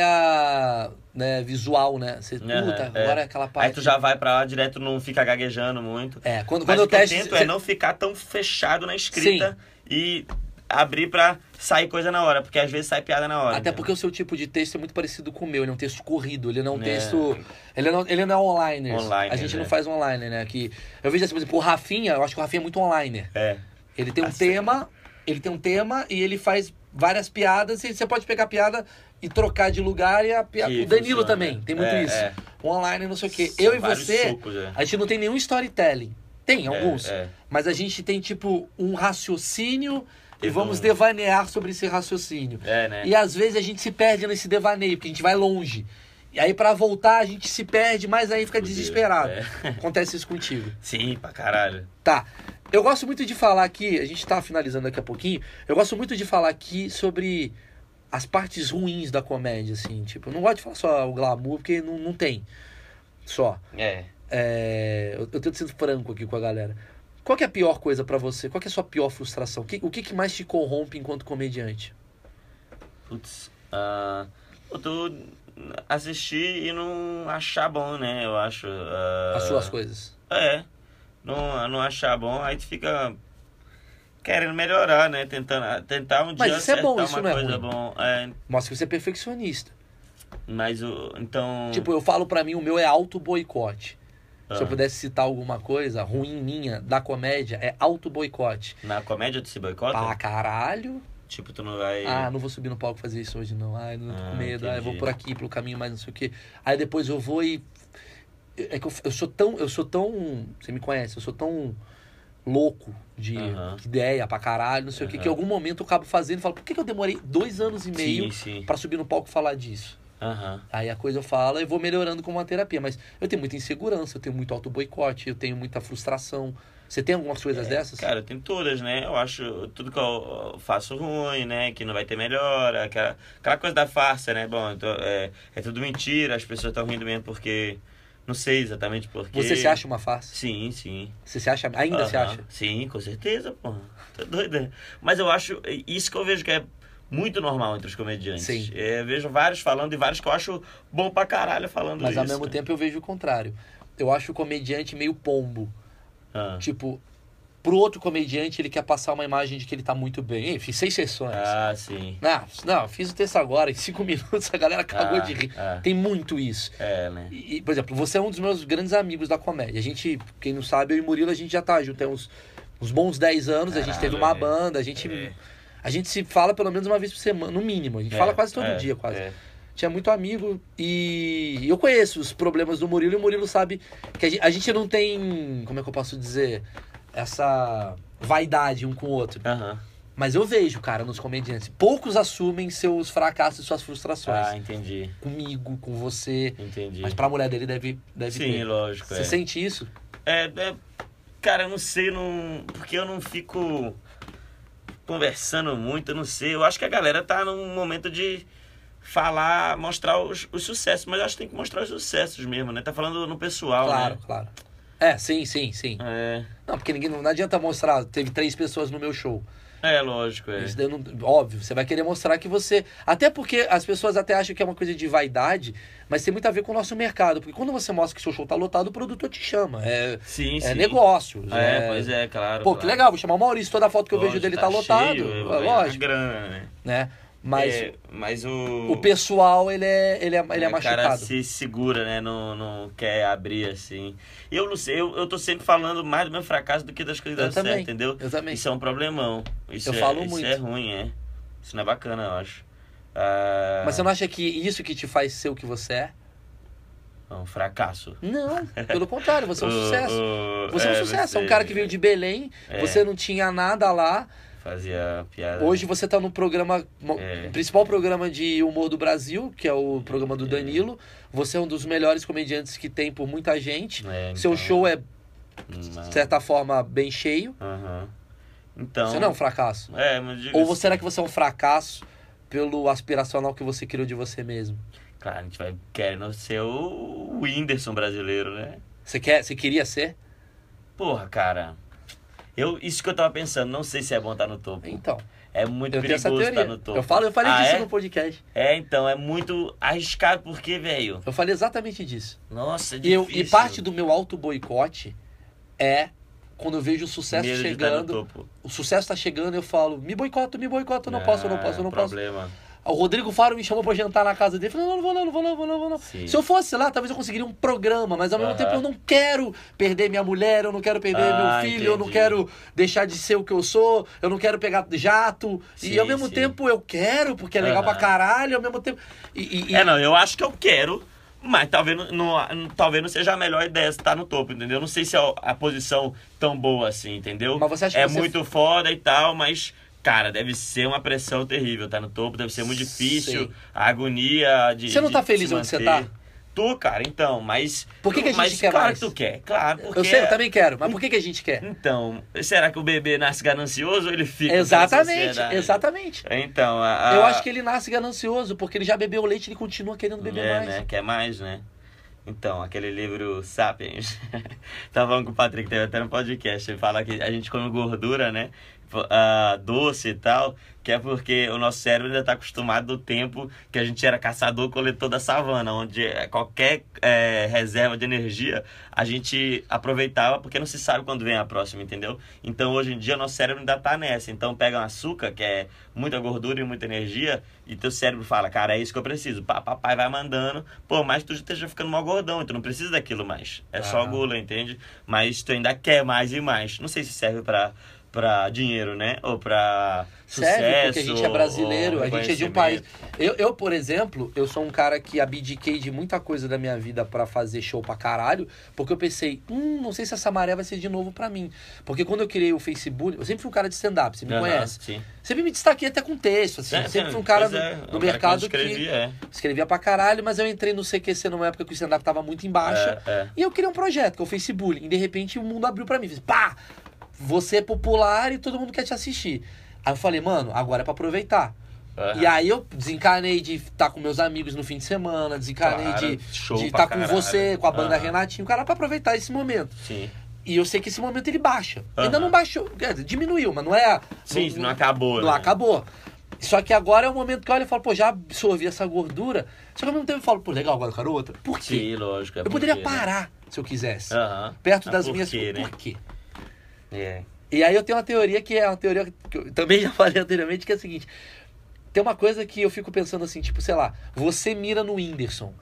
A: memória né, visual, né? Você,
B: Aham,
A: puta,
B: é.
A: agora é aquela parte.
B: Aí tu já vai pra lá direto, não fica gaguejando muito.
A: É, quando,
B: Mas
A: quando eu
B: o que
A: testo.
B: eu tento
A: você-
B: é não ficar tão fechado na escrita e abrir pra sair coisa na hora, porque às vezes sai piada na hora.
A: Até
B: entendeu?
A: porque o seu tipo de texto é muito parecido com o meu. Ele é um texto corrido, ele não é um
B: É.
A: texto. Ele não, ele não é online.
B: Onliners,
A: A gente não
B: é.
A: faz online, né? Que, eu vejo assim, por exemplo, o Rafinha, eu acho que o Rafinha é muito online.
B: É.
A: Ele tem um
B: Assim.
A: tema, ele tem um tema e ele faz várias piadas e você pode pegar a piada e trocar de lugar e a piada.
B: Que
A: O Danilo
B: funciona.
A: também, tem muito
B: É,
A: isso.
B: é.
A: O online, não sei o quê.
B: São
A: Eu e
B: vários
A: você,
B: socos, é.
A: a gente não tem nenhum storytelling. Tem alguns,
B: É, é.
A: mas a gente tem tipo um raciocínio e
B: Eu
A: vamos
B: não-
A: devanear sobre esse raciocínio.
B: É, né?
A: E às vezes a gente se perde nesse devaneio, porque a gente vai longe. E aí pra voltar a gente se perde, mas aí fica
B: Meu Deus,
A: desesperado.
B: é.
A: Acontece isso contigo.
B: Sim, pra caralho.
A: Tá. Eu gosto muito de falar aqui, a gente tá finalizando daqui a pouquinho, eu gosto muito de falar aqui sobre as partes ruins da comédia, assim, tipo, eu não gosto de falar só o glamour, porque não, não tem. Só.
B: É.
A: É, eu, eu tento ser franco aqui com a galera. Qual que é a pior coisa pra você? Qual que é a sua pior frustração? O que, o que, que mais te corrompe enquanto comediante?
B: Putz. ah, eu tô assistir e não achar bom, né? Eu acho. ah,
A: As suas coisas.
B: É. Não, não achar bom, aí tu fica querendo melhorar, né? Tentando, tentar um dia
A: Mas isso é bom,
B: acertar
A: isso
B: uma
A: não é
B: coisa
A: ruim.
B: bom. É,
A: Mostra que você é perfeccionista.
B: mas o. Então.
A: Tipo, eu falo pra mim, o meu é auto-boicote. Se eu
B: ah,
A: pudesse citar alguma coisa ruim minha da comédia, é auto-boicote.
B: Na comédia tu se boicota?
A: Pra caralho.
B: Tipo, tu não vai.
A: Ah, não vou subir no palco fazer isso hoje, não. Ai, não tô
B: Ah,
A: com medo. Ai, vou
B: entendi.
A: por aqui, pelo caminho, mas não sei o quê. Aí depois eu vou e. É que eu, eu sou tão. Eu sou tão. Você me conhece, eu sou tão louco de
B: Aham.
A: ideia pra caralho, não sei o quê,
B: Aham.
A: que em algum momento eu acabo fazendo e falo, por que, que eu demorei dois anos e
B: sim,
A: meio
B: sim.
A: pra subir no palco e falar disso?
B: Aham.
A: Aí a coisa eu falo e vou melhorando com uma terapia. Mas eu tenho muita insegurança, eu tenho muito auto-boicote, eu tenho muita frustração. Você tem algumas coisas dessas?
B: É, Cara, tem todas, né? Eu acho tudo que eu eu faço ruim, né? Que não vai ter melhora, aquela, aquela coisa da farsa, né? Bom, então, é, é tudo mentira, as pessoas estão rindo mesmo porque. Não sei exatamente porque.
A: Você se acha uma farsa?
B: Sim, sim.
A: Você se acha. Ainda se
B: Aham.
A: acha?
B: Sim, com certeza, pô. Tá doida. Mas eu acho, isso que eu vejo que é muito normal entre os comediantes.
A: Sim.
B: É, eu vejo vários falando e vários que eu acho bom pra caralho falando
A: Mas
B: isso.
A: ao mesmo
B: né?
A: tempo eu vejo o contrário. Eu acho o comediante meio pombo.
B: Ah.
A: Tipo, pro outro comediante ele quer passar uma imagem de que ele tá muito bem. Ei, fiz seis sessões.
B: Ah, sim.
A: Não, não, fiz o texto agora, em cinco minutos a galera acabou
B: Ah,
A: de rir.
B: ah.
A: Tem muito isso.
B: É, né?
A: E, e, por exemplo, você é um dos meus grandes amigos da comédia. A gente, quem não sabe, eu e Murilo, a gente já tá junto há uns, uns bons 10 anos. a gente
B: Caralho,
A: teve uma
B: é.
A: banda, a gente,
B: É.
A: a gente se fala pelo menos uma vez por semana, no mínimo. A gente
B: É,
A: fala quase todo
B: é,
A: dia, quase.
B: é.
A: tinha muito amigo e eu conheço os problemas do Murilo e o Murilo sabe que a gente, a gente não tem, como é que eu posso dizer, essa vaidade um com o outro.
B: Aham.
A: Mas eu vejo, cara, nos comediantes. Poucos assumem seus fracassos e suas frustrações.
B: Ah, entendi.
A: Comigo, com você.
B: Entendi.
A: Mas pra mulher dele deve, deve
B: Sim,
A: ter.
B: lógico.
A: Você
B: é.
A: sente isso?
B: É, é, cara, eu não sei, não, porque eu não fico conversando muito, eu não sei. Eu acho que a galera tá num momento de falar, mostrar os, os sucessos, mas eu acho que tem que mostrar os sucessos mesmo, né? Tá falando no pessoal,
A: claro,
B: né?
A: claro. É, sim, sim, sim.
B: É,
A: Não, porque ninguém não adianta mostrar, teve três pessoas no meu show.
B: é lógico, é.
A: Isso daí não- óbvio, você vai querer mostrar que você. Até porque as pessoas até acham que é uma coisa de vaidade, mas tem muito a ver com o nosso mercado. Porque quando você mostra que seu show tá lotado, o produtor te chama. É,
B: Sim, sim.
A: é negócio. né?
B: É, pois é, claro.
A: Pô,
B: claro.
A: que legal, vou chamar o Maurício, toda foto que eu vejo
B: Lógico,
A: dele tá, lotado.
B: cheio, eu
A: é
B: ganho
A: lógico,
B: grana, né?
A: né? Mas
B: É, mas o...
A: o pessoal, ele é, ele é, ele é,
B: o Né, cara
A: machucado.
B: se segura, né? Não, não quer abrir assim. Eu não sei, eu, eu tô sempre falando mais do meu fracasso do que das coisas
A: Eu
B: certas,
A: também.
B: entendeu?
A: Eu também.
B: Isso é um problemão. Isso
A: Eu
B: é,
A: falo
B: isso
A: muito.
B: é ruim, é. Isso não é bacana, eu acho. Ah,
A: Mas você não acha que isso que te faz ser o que você é?
B: é um fracasso.
A: Não, pelo contrário, você é um
B: O-
A: sucesso.
B: o-
A: Você é um sucesso, é um
B: você
A: cara que veio de Belém,
B: É.
A: você não tinha nada lá.
B: Fazia piada.
A: Hoje você tá no programa, mo-
B: É.
A: o principal programa de humor do Brasil, que é o programa do Danilo. Você é um dos melhores comediantes que tem por muita gente.
B: É,
A: Seu
B: então,
A: show é,
B: não.
A: de certa forma, bem cheio.
B: Aham. Então.
A: Você não é um fracasso.
B: É, mas digo
A: Ou você-
B: assim,
A: será que você é um fracasso pelo aspiracional que você criou de você mesmo?
B: Claro, a gente vai querendo ser o Whindersson brasileiro, né?
A: Você quer, você queria ser?
B: Porra, cara. Eu, isso que eu tava pensando, não sei se é bom estar no topo.
A: Então,
B: É muito
A: eu tenho essa
B: perigoso estar
A: teoria.
B: no topo.
A: Eu falo, eu falei
B: Ah,
A: disso
B: é?
A: no podcast.
B: É, então, é muito arriscado porque, velho.
A: Eu falei exatamente disso.
B: Nossa, é
A: E, eu-
B: difícil.
A: e parte do meu auto boicote é quando eu vejo o sucesso
B: Medo de estar no
A: chegando,
B: topo.
A: o sucesso tá chegando, eu falo, me boicoto, me boicoto, eu não posso, eu não posso, eu não posso.
B: É, problema.
A: O Rodrigo Faro me chamou pra jantar na casa dele. Eu falei, não, não vou não, não vou não, não vou não, vou não.
B: Sim.
A: Se eu fosse lá, talvez eu conseguiria um programa, mas ao mesmo
B: Aham.
A: tempo eu não quero perder minha mulher, eu não quero perder
B: Ah,
A: meu filho, eu não
B: entendi.
A: quero deixar de ser o que eu sou, eu não quero pegar jato. e
B: Sim,
A: ao mesmo
B: sim.
A: tempo eu quero, porque é legal
B: Aham.
A: pra caralho, ao mesmo tempo. E, e- e-
B: É, não, eu acho que eu quero, mas talvez não, não- talvez não seja a melhor ideia estar no topo, entendeu? Não sei se é a posição tão boa assim, entendeu?
A: Mas você acha que
B: é
A: você-
B: muito foda e tal, mas. Cara, deve ser uma pressão terrível estar no topo, deve ser muito difícil,
A: Sei.
B: a agonia de.
A: Você não
B: de
A: tá feliz
B: se
A: onde você
B: manter.
A: tá?
B: Tu, cara, então, mas.
A: Por que que a gente
B: mas
A: quer
B: claro
A: mais?
B: que tu quer, claro. Porque
A: eu sei, eu também quero, mas por que, que a gente quer?
B: Então, será que o bebê nasce ganancioso ou ele fica? pela
A: Exatamente,
B: sociedade?
A: exatamente.
B: Então, a, a-
A: Eu acho que ele nasce ganancioso, porque ele já bebeu leite e ele continua querendo beber
B: é,
A: mais.
B: né? Quer mais, né? Então, aquele livro Sapiens. Tava falando com o Patrick, teve até no podcast. Ele fala que a gente come gordura, né? Fo- ah, doce e tal, que é porque o nosso cérebro ainda tá acostumado do tempo que a gente era caçador-coletor da savana, onde eh, qualquer eh, reserva de energia a gente aproveitava porque não se sabe quando vem a próxima, entendeu? Então hoje em dia nosso cérebro ainda tá nessa. Então pega um açúcar, que é muita gordura e muita energia, e teu cérebro fala, cara, é isso que eu preciso. Pá, papai vai mandando. Pô, mas tu já esteja ficando mal gordão, tu não precisa daquilo mais. É só
A: Aham.
B: gula, entende? Mas tu ainda quer mais e mais. Não sei se serve pra, pra dinheiro, né? Ou pra sucesso.
A: Serve, porque a gente é brasileiro,
B: ou
A: a gente é de um país.
B: reconhecimento.
A: Eu, eu, por exemplo, eu sou um cara que abdiquei de muita coisa da minha vida pra fazer show pra caralho, porque eu pensei, hum, não sei se essa maré vai ser de novo pra mim. Porque quando eu criei o Facebook, eu sempre fui um cara de stand-up, você me
B: Aham,
A: conhece.
B: Sim.
A: Sempre me destaquei até com texto, assim.
B: É,
A: sempre fui um
B: pois
A: cara no,
B: é, um
A: no
B: cara
A: mercado que,
B: que... não escrevia, é.
A: escrevia pra caralho, mas eu entrei no CQC numa época que o stand-up tava muito em baixa.
B: É, é.
A: E eu criei um projeto, que é o Facebook. E de repente o mundo abriu pra mim. Fiz, pá! Você é popular e todo mundo quer te assistir. Aí eu falei, mano, agora é pra aproveitar.
B: Aham.
A: E aí eu desencanei de estar com meus amigos no fim de semana, desencanei
B: Claro,
A: de
B: show pra
A: estar com
B: caralho.
A: você, com a banda
B: Aham.
A: Renatinho, cara, pra aproveitar esse momento.
B: Sim,
A: E eu sei que esse momento ele baixa. Ainda
B: Aham.
A: não baixou, quer dizer, diminuiu, mas não é.
B: sim, não, acabou.
A: Não
B: né?
A: acabou. Só que agora é o momento que eu olho e falo, pô, já absorvi essa gordura. Só que ao mesmo tempo eu falo, pô, legal, agora eu quero outra. Por quê?
B: Sim, lógico. é
A: Eu poderia
B: porque, né?
A: parar se eu quisesse.
B: Aham.
A: Perto
B: Mas
A: das
B: por
A: minhas.
B: quê, né?
A: Por quê?
B: É.
A: E aí eu tenho uma teoria que é uma teoria que eu também já falei anteriormente, que é a seguinte. Tem uma coisa que eu fico pensando assim, tipo, sei lá, você mira no Whindersson.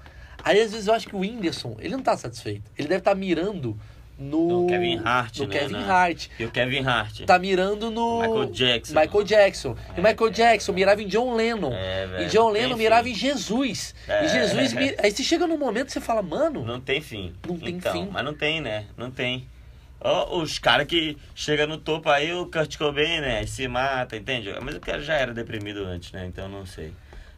A: Aí às vezes eu acho que o Whindersson, ele não tá satisfeito. Ele deve estar mirando no.
B: No Kevin Hart,
A: No
B: né,
A: Kevin
B: né?
A: Hart.
B: E o Kevin Hart.
A: Tá mirando no.
B: Michael Jackson.
A: Michael Jackson. e
B: É,
A: Michael
B: é,
A: Jackson mirava em John Lennon.
B: É,
A: e
B: velho,
A: John
B: não tem
A: Lennon
B: fim.
A: mirava em Jesus. E
B: É.
A: Jesus. mi- Aí você chega num momento que você fala, mano.
B: Não tem fim.
A: Não tem
B: então,
A: fim.
B: Mas não tem, né? Não tem. Ó, os caras que chegam no topo aí, o Kurt Cobain, né? Se mata, entende? Mas o cara já era deprimido antes, né? Então não sei.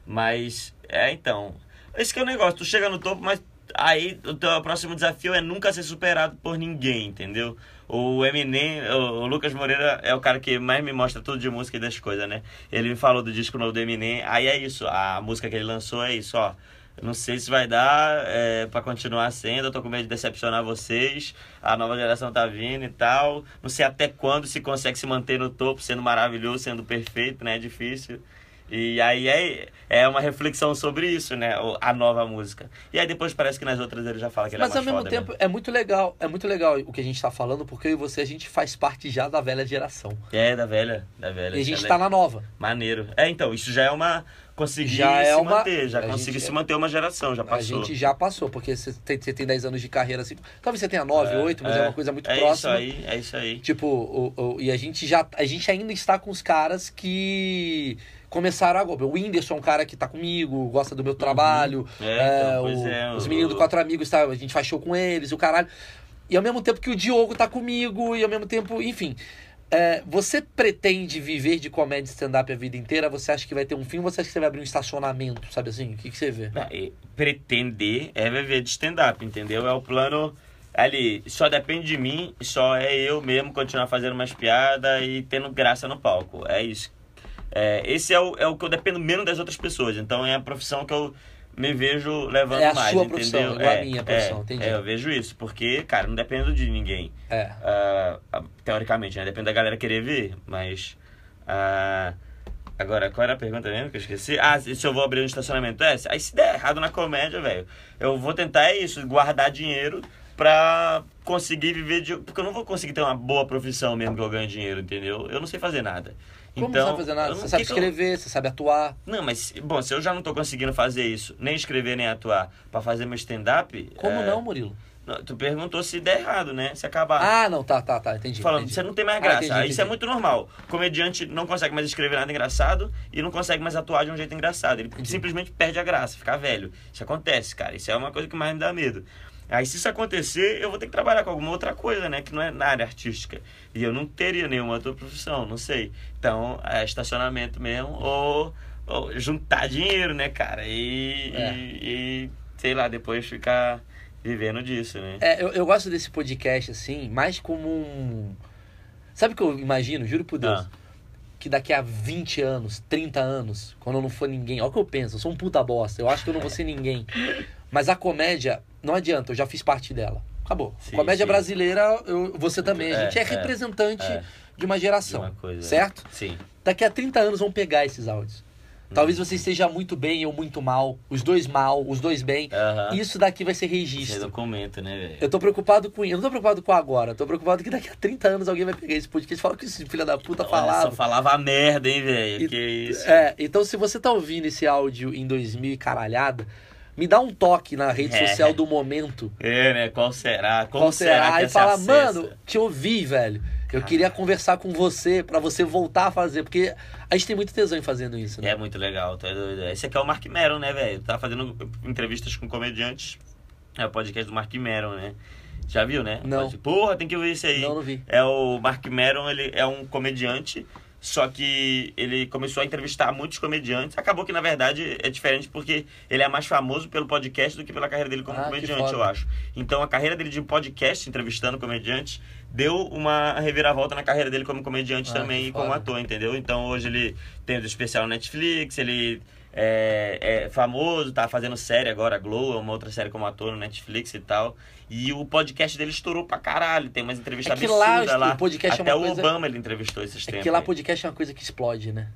B: Mas, é então. Esse que é o negócio, tu chega no topo, mas aí o teu próximo desafio é nunca ser superado por ninguém, entendeu? O Eminem, o o Lucas Moreira é o cara que mais me mostra tudo de música e das coisas, né? Ele me falou do disco novo do Eminem, aí é isso, a música que ele lançou é isso, ó. Não sei se vai dar é, para continuar sendo, eu tô com medo de decepcionar vocês, a nova geração tá vindo e tal. Não sei até quando se consegue se manter no topo, sendo maravilhoso, sendo perfeito, né? É difícil. E aí é, é uma reflexão sobre isso, né? O- A nova música. E aí depois parece que nas outras ele já fala que ele
A: Mas
B: é
A: ao
B: mais
A: mesmo
B: foda
A: tempo, é muito legal. É muito legal o que a gente tá falando, porque eu e você, a gente faz parte já da velha geração.
B: É, da velha, da velha.
A: E a gente
B: Ela é
A: tá na nova.
B: Maneiro. É, então, isso já é uma... Conseguir
A: Já é
B: se
A: uma-
B: manter, já
A: a
B: conseguir
A: gente-
B: se manter uma geração, já
A: A
B: passou.
A: gente já passou, porque você tem, você tem 10 anos de carreira assim. Talvez você tenha 9, 8, mas é, uma coisa muito
B: é
A: próxima.
B: isso aí, é isso aí.
A: Tipo, o- o- e a gente já. A gente ainda está com os caras que começaram agora. O Whindersson é um cara que tá comigo, gosta do meu trabalho.
B: É,
A: É,
B: então, pois
A: o-
B: é.
A: os
B: o-
A: meninos do Quatro Amigos, tá? a gente faz show com eles, o caralho. E ao mesmo tempo que o Diogo tá comigo, e ao mesmo tempo, enfim. É, você pretende viver de comédia e stand-up a vida inteira? Você acha que vai ter um fim ou você acha que você vai abrir um estacionamento, sabe assim? O que, que você vê?
B: Não, e Pretender é viver de stand-up, entendeu? É o plano ali, só depende de mim, só é eu mesmo continuar fazendo umas piadas e tendo graça no palco. É isso. É, esse é o, é o que eu dependo menos das outras pessoas, então é a profissão que eu me vejo levando
A: É a
B: mais,
A: sua
B: entendeu?
A: profissão, igual a minha profissão, entendi.
B: É, eu vejo isso, porque, cara, não dependo de ninguém.
A: É.
B: Ah, teoricamente, né? Depende da galera querer vir, mas. ah, agora, qual era a pergunta mesmo que eu esqueci? Ah, se se eu vou abrir um estacionamento? É, se- aí se der errado na comédia, velho, eu vou tentar é isso, guardar dinheiro pra conseguir viver de. Porque eu não vou conseguir ter uma boa profissão mesmo que eu ganhe dinheiro, entendeu? Eu não sei fazer nada.
A: Como
B: então,
A: você sabe fazer nada?
B: eu não- então.
A: Você sabe
B: que que eu-
A: escrever, você sabe atuar.
B: Não, mas, bom, se eu já não tô conseguindo fazer isso, nem escrever nem atuar, pra fazer meu stand-up.
A: Como
B: é,
A: não, Murilo?
B: não, Tu perguntou se der errado, né? Se acabar.
A: Ah, não, tá, tá, tá, entendi.
B: Falando,
A: entendi.
B: você não tem mais
A: Ah,
B: graça.
A: entendi,
B: Isso é
A: entendi.
B: muito normal. Comediante não consegue mais escrever nada engraçado e não consegue mais atuar de um jeito engraçado. Ele simplesmente perde a graça, fica velho. Isso acontece, cara. Isso é uma coisa que mais me dá medo. Aí, se isso acontecer, eu vou ter que trabalhar com alguma outra coisa, né? Que não é na área artística. E eu não teria nenhuma outra profissão, não sei. Então, é estacionamento mesmo ou, ou juntar dinheiro, né, cara? E,
A: É.
B: e- e, sei lá, depois ficar vivendo disso, né?
A: É, eu, eu gosto desse podcast, assim, mais como um. Sabe o que eu imagino? Juro por Deus.
B: Ah.
A: Que daqui a 20 anos, 30 anos, quando eu não for ninguém, olha o que eu penso, eu sou um puta bosta, eu acho que eu não vou ser ninguém. Mas a comédia, não adianta, eu já fiz parte dela. Acabou.
B: Sim,
A: comédia
B: sim.
A: brasileira, eu- você também. A
B: É,
A: gente é,
B: é,
A: representante
B: é.
A: de uma geração.
B: De uma coisa.
A: Certo?
B: Sim.
A: Daqui a 30 anos vão pegar esses áudios.
B: Uhum.
A: Talvez você esteja muito bem ou muito mal, os dois mal, os dois bem.
B: Aham.
A: Isso daqui vai ser
B: Isso é
A: registro.
B: documento, né, velho?
A: Eu tô preocupado com. Eu não tô preocupado com agora. Eu tô preocupado que daqui a 30 anos alguém vai pegar esse podcast e falar que esse filho da puta
B: Olha,
A: falava.
B: Só falava merda, hein, velho?
A: E-
B: Que isso.
A: É, então se você tá ouvindo esse áudio em 2000 e caralhada, me dá um toque na rede
B: É.
A: social do momento.
B: É, né? Qual será? Como
A: qual será?
B: será? que
A: e
B: essa
A: fala,
B: acessa?
A: mano, te ouvi, velho. Eu queria conversar com você pra você voltar a fazer, porque a gente tem muito tesão em fazendo isso, né?
B: É muito legal, tu é doido. Esse aqui é o Mark Meron, né, velho? Tá fazendo entrevistas com comediantes. É o podcast do Mark Meron, né? Já viu, né?
A: Não.
B: Pode- Porra, tem que ver isso aí.
A: Não, não vi.
B: É o Mark Meron, ele é um comediante, só que ele começou a entrevistar muitos comediantes. Acabou que, na verdade, é diferente porque ele é mais famoso pelo podcast do que pela carreira dele como
A: Ah, que
B: comediante,
A: foda.
B: eu acho. Então, a carreira dele de podcast, entrevistando comediantes, deu uma reviravolta na carreira dele como comediante
A: Ah,
B: também
A: que
B: e como
A: foda.
B: ator, entendeu? Então, hoje ele tem o especial na Netflix, ele... É, é famoso, tá fazendo série agora, Glow, é uma outra série como ator no Netflix e tal. E o podcast dele estourou pra caralho. Tem umas entrevistas
A: É que lá,
B: absurdas lá.
A: o podcast é
B: Até
A: uma
B: o
A: coisa-
B: Obama ele entrevistou esses
A: É
B: tempos.
A: que lá
B: aí.
A: podcast é uma coisa que explode, né?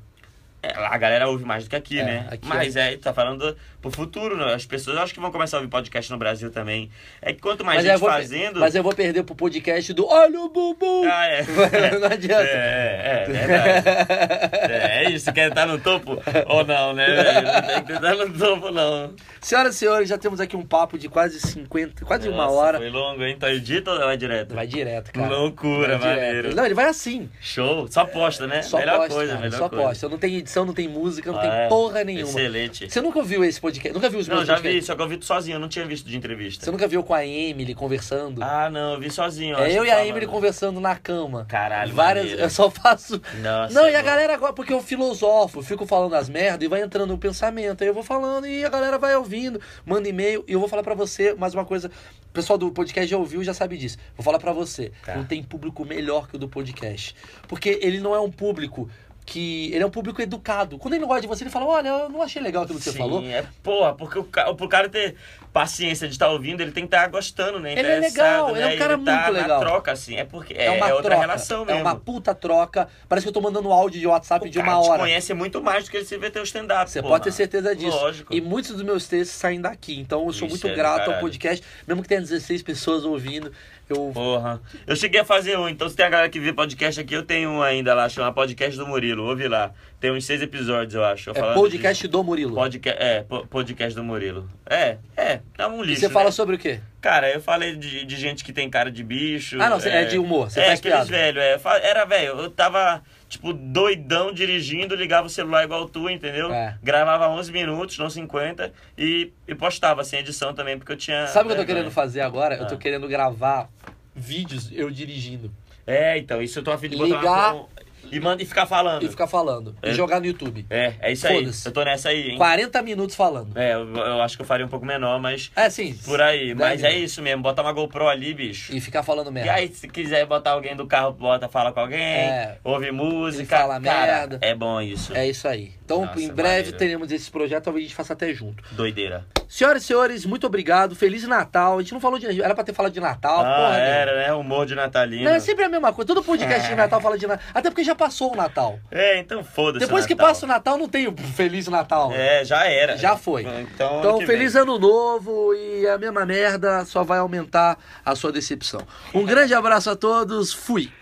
B: É, lá a galera ouve mais do que aqui,
A: É,
B: né?
A: aqui
B: Mas é, tá falando pro futuro, né? As pessoas acho que vão começar a ouvir podcast no Brasil também. É que quanto mais
A: Mas, eu
B: gente
A: vou,
B: fazendo.
A: mas eu vou perder pro podcast do Olha o Bumbum!
B: Ah, é.
A: Não adianta.
B: É, é, é verdade. É, é isso, quer estar no topo ou não, né? velho? Não tem que estar no topo, não.
A: Senhoras e senhores, já temos aqui um papo de quase 50, quase uma
B: Nossa,
A: hora.
B: Foi longo, hein? Então edita ou vai direto?
A: Vai direto, cara.
B: Loucura,
A: vai
B: maneiro.
A: Não, ele vai assim.
B: Show. Só aposta, né?
A: Só
B: melhor
A: posta,
B: coisa,
A: cara,
B: melhor
A: só
B: coisa.
A: posta. Eu não tenho edição, não tem música, não
B: Ah,
A: tem
B: é.
A: porra nenhuma.
B: Excelente.
A: Você nunca ouviu esse podcast? Nunca viu os
B: Não,
A: meus
B: já vi,
A: podcasts?
B: só que eu vi sozinho, eu não tinha visto de entrevista.
A: Você nunca viu com a Emily conversando?
B: Ah, não, eu vi sozinho.
A: é
B: acho
A: eu
B: que né?
A: e a
B: tava-
A: Emily conversando na cama.
B: Caralho,
A: Várias.
B: maneiro.
A: Eu só faço.
B: Nossa,
A: não, e a
B: irmão.
A: galera agora, porque eu filosofo, fico falando as merdas e vai entrando o pensamento. Aí eu vou falando e a galera vai ouvindo, manda e-mail. E eu vou falar pra você mais uma coisa. O pessoal do podcast já ouviu, já sabe disso. Vou falar pra você.
B: Tá.
A: Não tem público melhor que o do podcast. Porque ele não é um público que. Ele é um público educado. Quando ele não gosta de você, ele fala: olha, eu não achei legal aquilo que você
B: Sim,
A: falou.
B: É, porra, porque o, ca- pro cara ter paciência de estar ouvindo, ele tem que estar gostando, né?
A: Ele é legal,
B: Interessado,
A: ele
B: né?
A: é um cara
B: ele tá
A: muito
B: na
A: legal.
B: troca, assim. É porque é,
A: É uma
B: é outra
A: troca.
B: relação mesmo.
A: É uma puta troca. Parece que eu tô mandando áudio de WhatsApp
B: O
A: de
B: cara
A: uma
B: te
A: hora.
B: conhece muito mais do que ele se vê teu stand-up.
A: Você
B: pô,
A: pode ter
B: mano.
A: certeza disso.
B: Lógico.
A: E muitos dos meus textos saem daqui. Então eu sou
B: Isso
A: muito
B: é do
A: grato ao
B: caralho.
A: podcast. Mesmo que tenha 16 pessoas ouvindo, eu.
B: Porra. Eu cheguei a fazer um, então se tem a galera que vê podcast aqui, eu tenho um ainda lá, chama Podcast do Murilo. Ouve lá. Tem uns seis episódios, eu acho. eu
A: É
B: falando
A: podcast do Murilo.
B: De... Podcast, é, po- podcast do Murilo. É, é, tá um
A: E
B: lixo.
A: você
B: né?
A: fala sobre o quê?
B: Cara, eu falei de, de gente que tem cara de bicho.
A: Ah, não, cê- é de humor, cê
B: é,
A: faz
B: aqueles
A: piada.
B: velho, é. Fa- Era, velho, eu tava, tipo, doidão dirigindo, ligava o celular igual tu, entendeu?
A: É.
B: Gravava 11 minutos, não 50, e, e postava, sem edição também, porque eu tinha...
A: Sabe o que eu tô
B: vergonha.
A: querendo fazer agora? Eu
B: é. Ah.
A: tô querendo gravar vídeos eu dirigindo.
B: É, então, isso eu tô afim de botar
A: Ligar-
B: uma... E manda e ficar falando.
A: E ficar falando.
B: É.
A: E jogar no YouTube.
B: É, é isso aí.
A: Foda-se.
B: Eu tô nessa aí, hein?
A: 40 minutos falando.
B: É, eu, eu acho que eu faria um pouco menor, mas...
A: É assim.
B: Por aí.
A: dez
B: Mas é
A: minutos.
B: isso mesmo, botar uma GoPro ali, bicho.
A: E ficar falando
B: E
A: merda.
B: aí, se quiser botar alguém do carro, bota, fala com alguém,
A: É.
B: ouve música.
A: Ele fala
B: cara,
A: merda.
B: É bom isso.
A: É isso aí. Então,
B: Nossa,
A: em breve
B: maneiro.
A: teremos esse projeto, talvez a gente faça até junto.
B: Doideira.
A: Senhoras e senhores, muito obrigado. Feliz Natal. A gente não falou de. Era pra ter falado de Natal,
B: ah,
A: porra. né?
B: era, É. né? Humor de natalino.
A: Não, é sempre a mesma coisa. Todo podcast de Natal fala de Natal. Até porque já passou o Natal.
B: É, então foda-se.
A: Depois que
B: Natal.
A: passa o Natal, não tem o Feliz Natal.
B: É, já era.
A: Já foi.
B: Então, ano
A: Então,
B: que
A: feliz
B: vem.
A: ano novo e a mesma merda só vai aumentar a sua decepção. Um grande abraço a todos. Fui.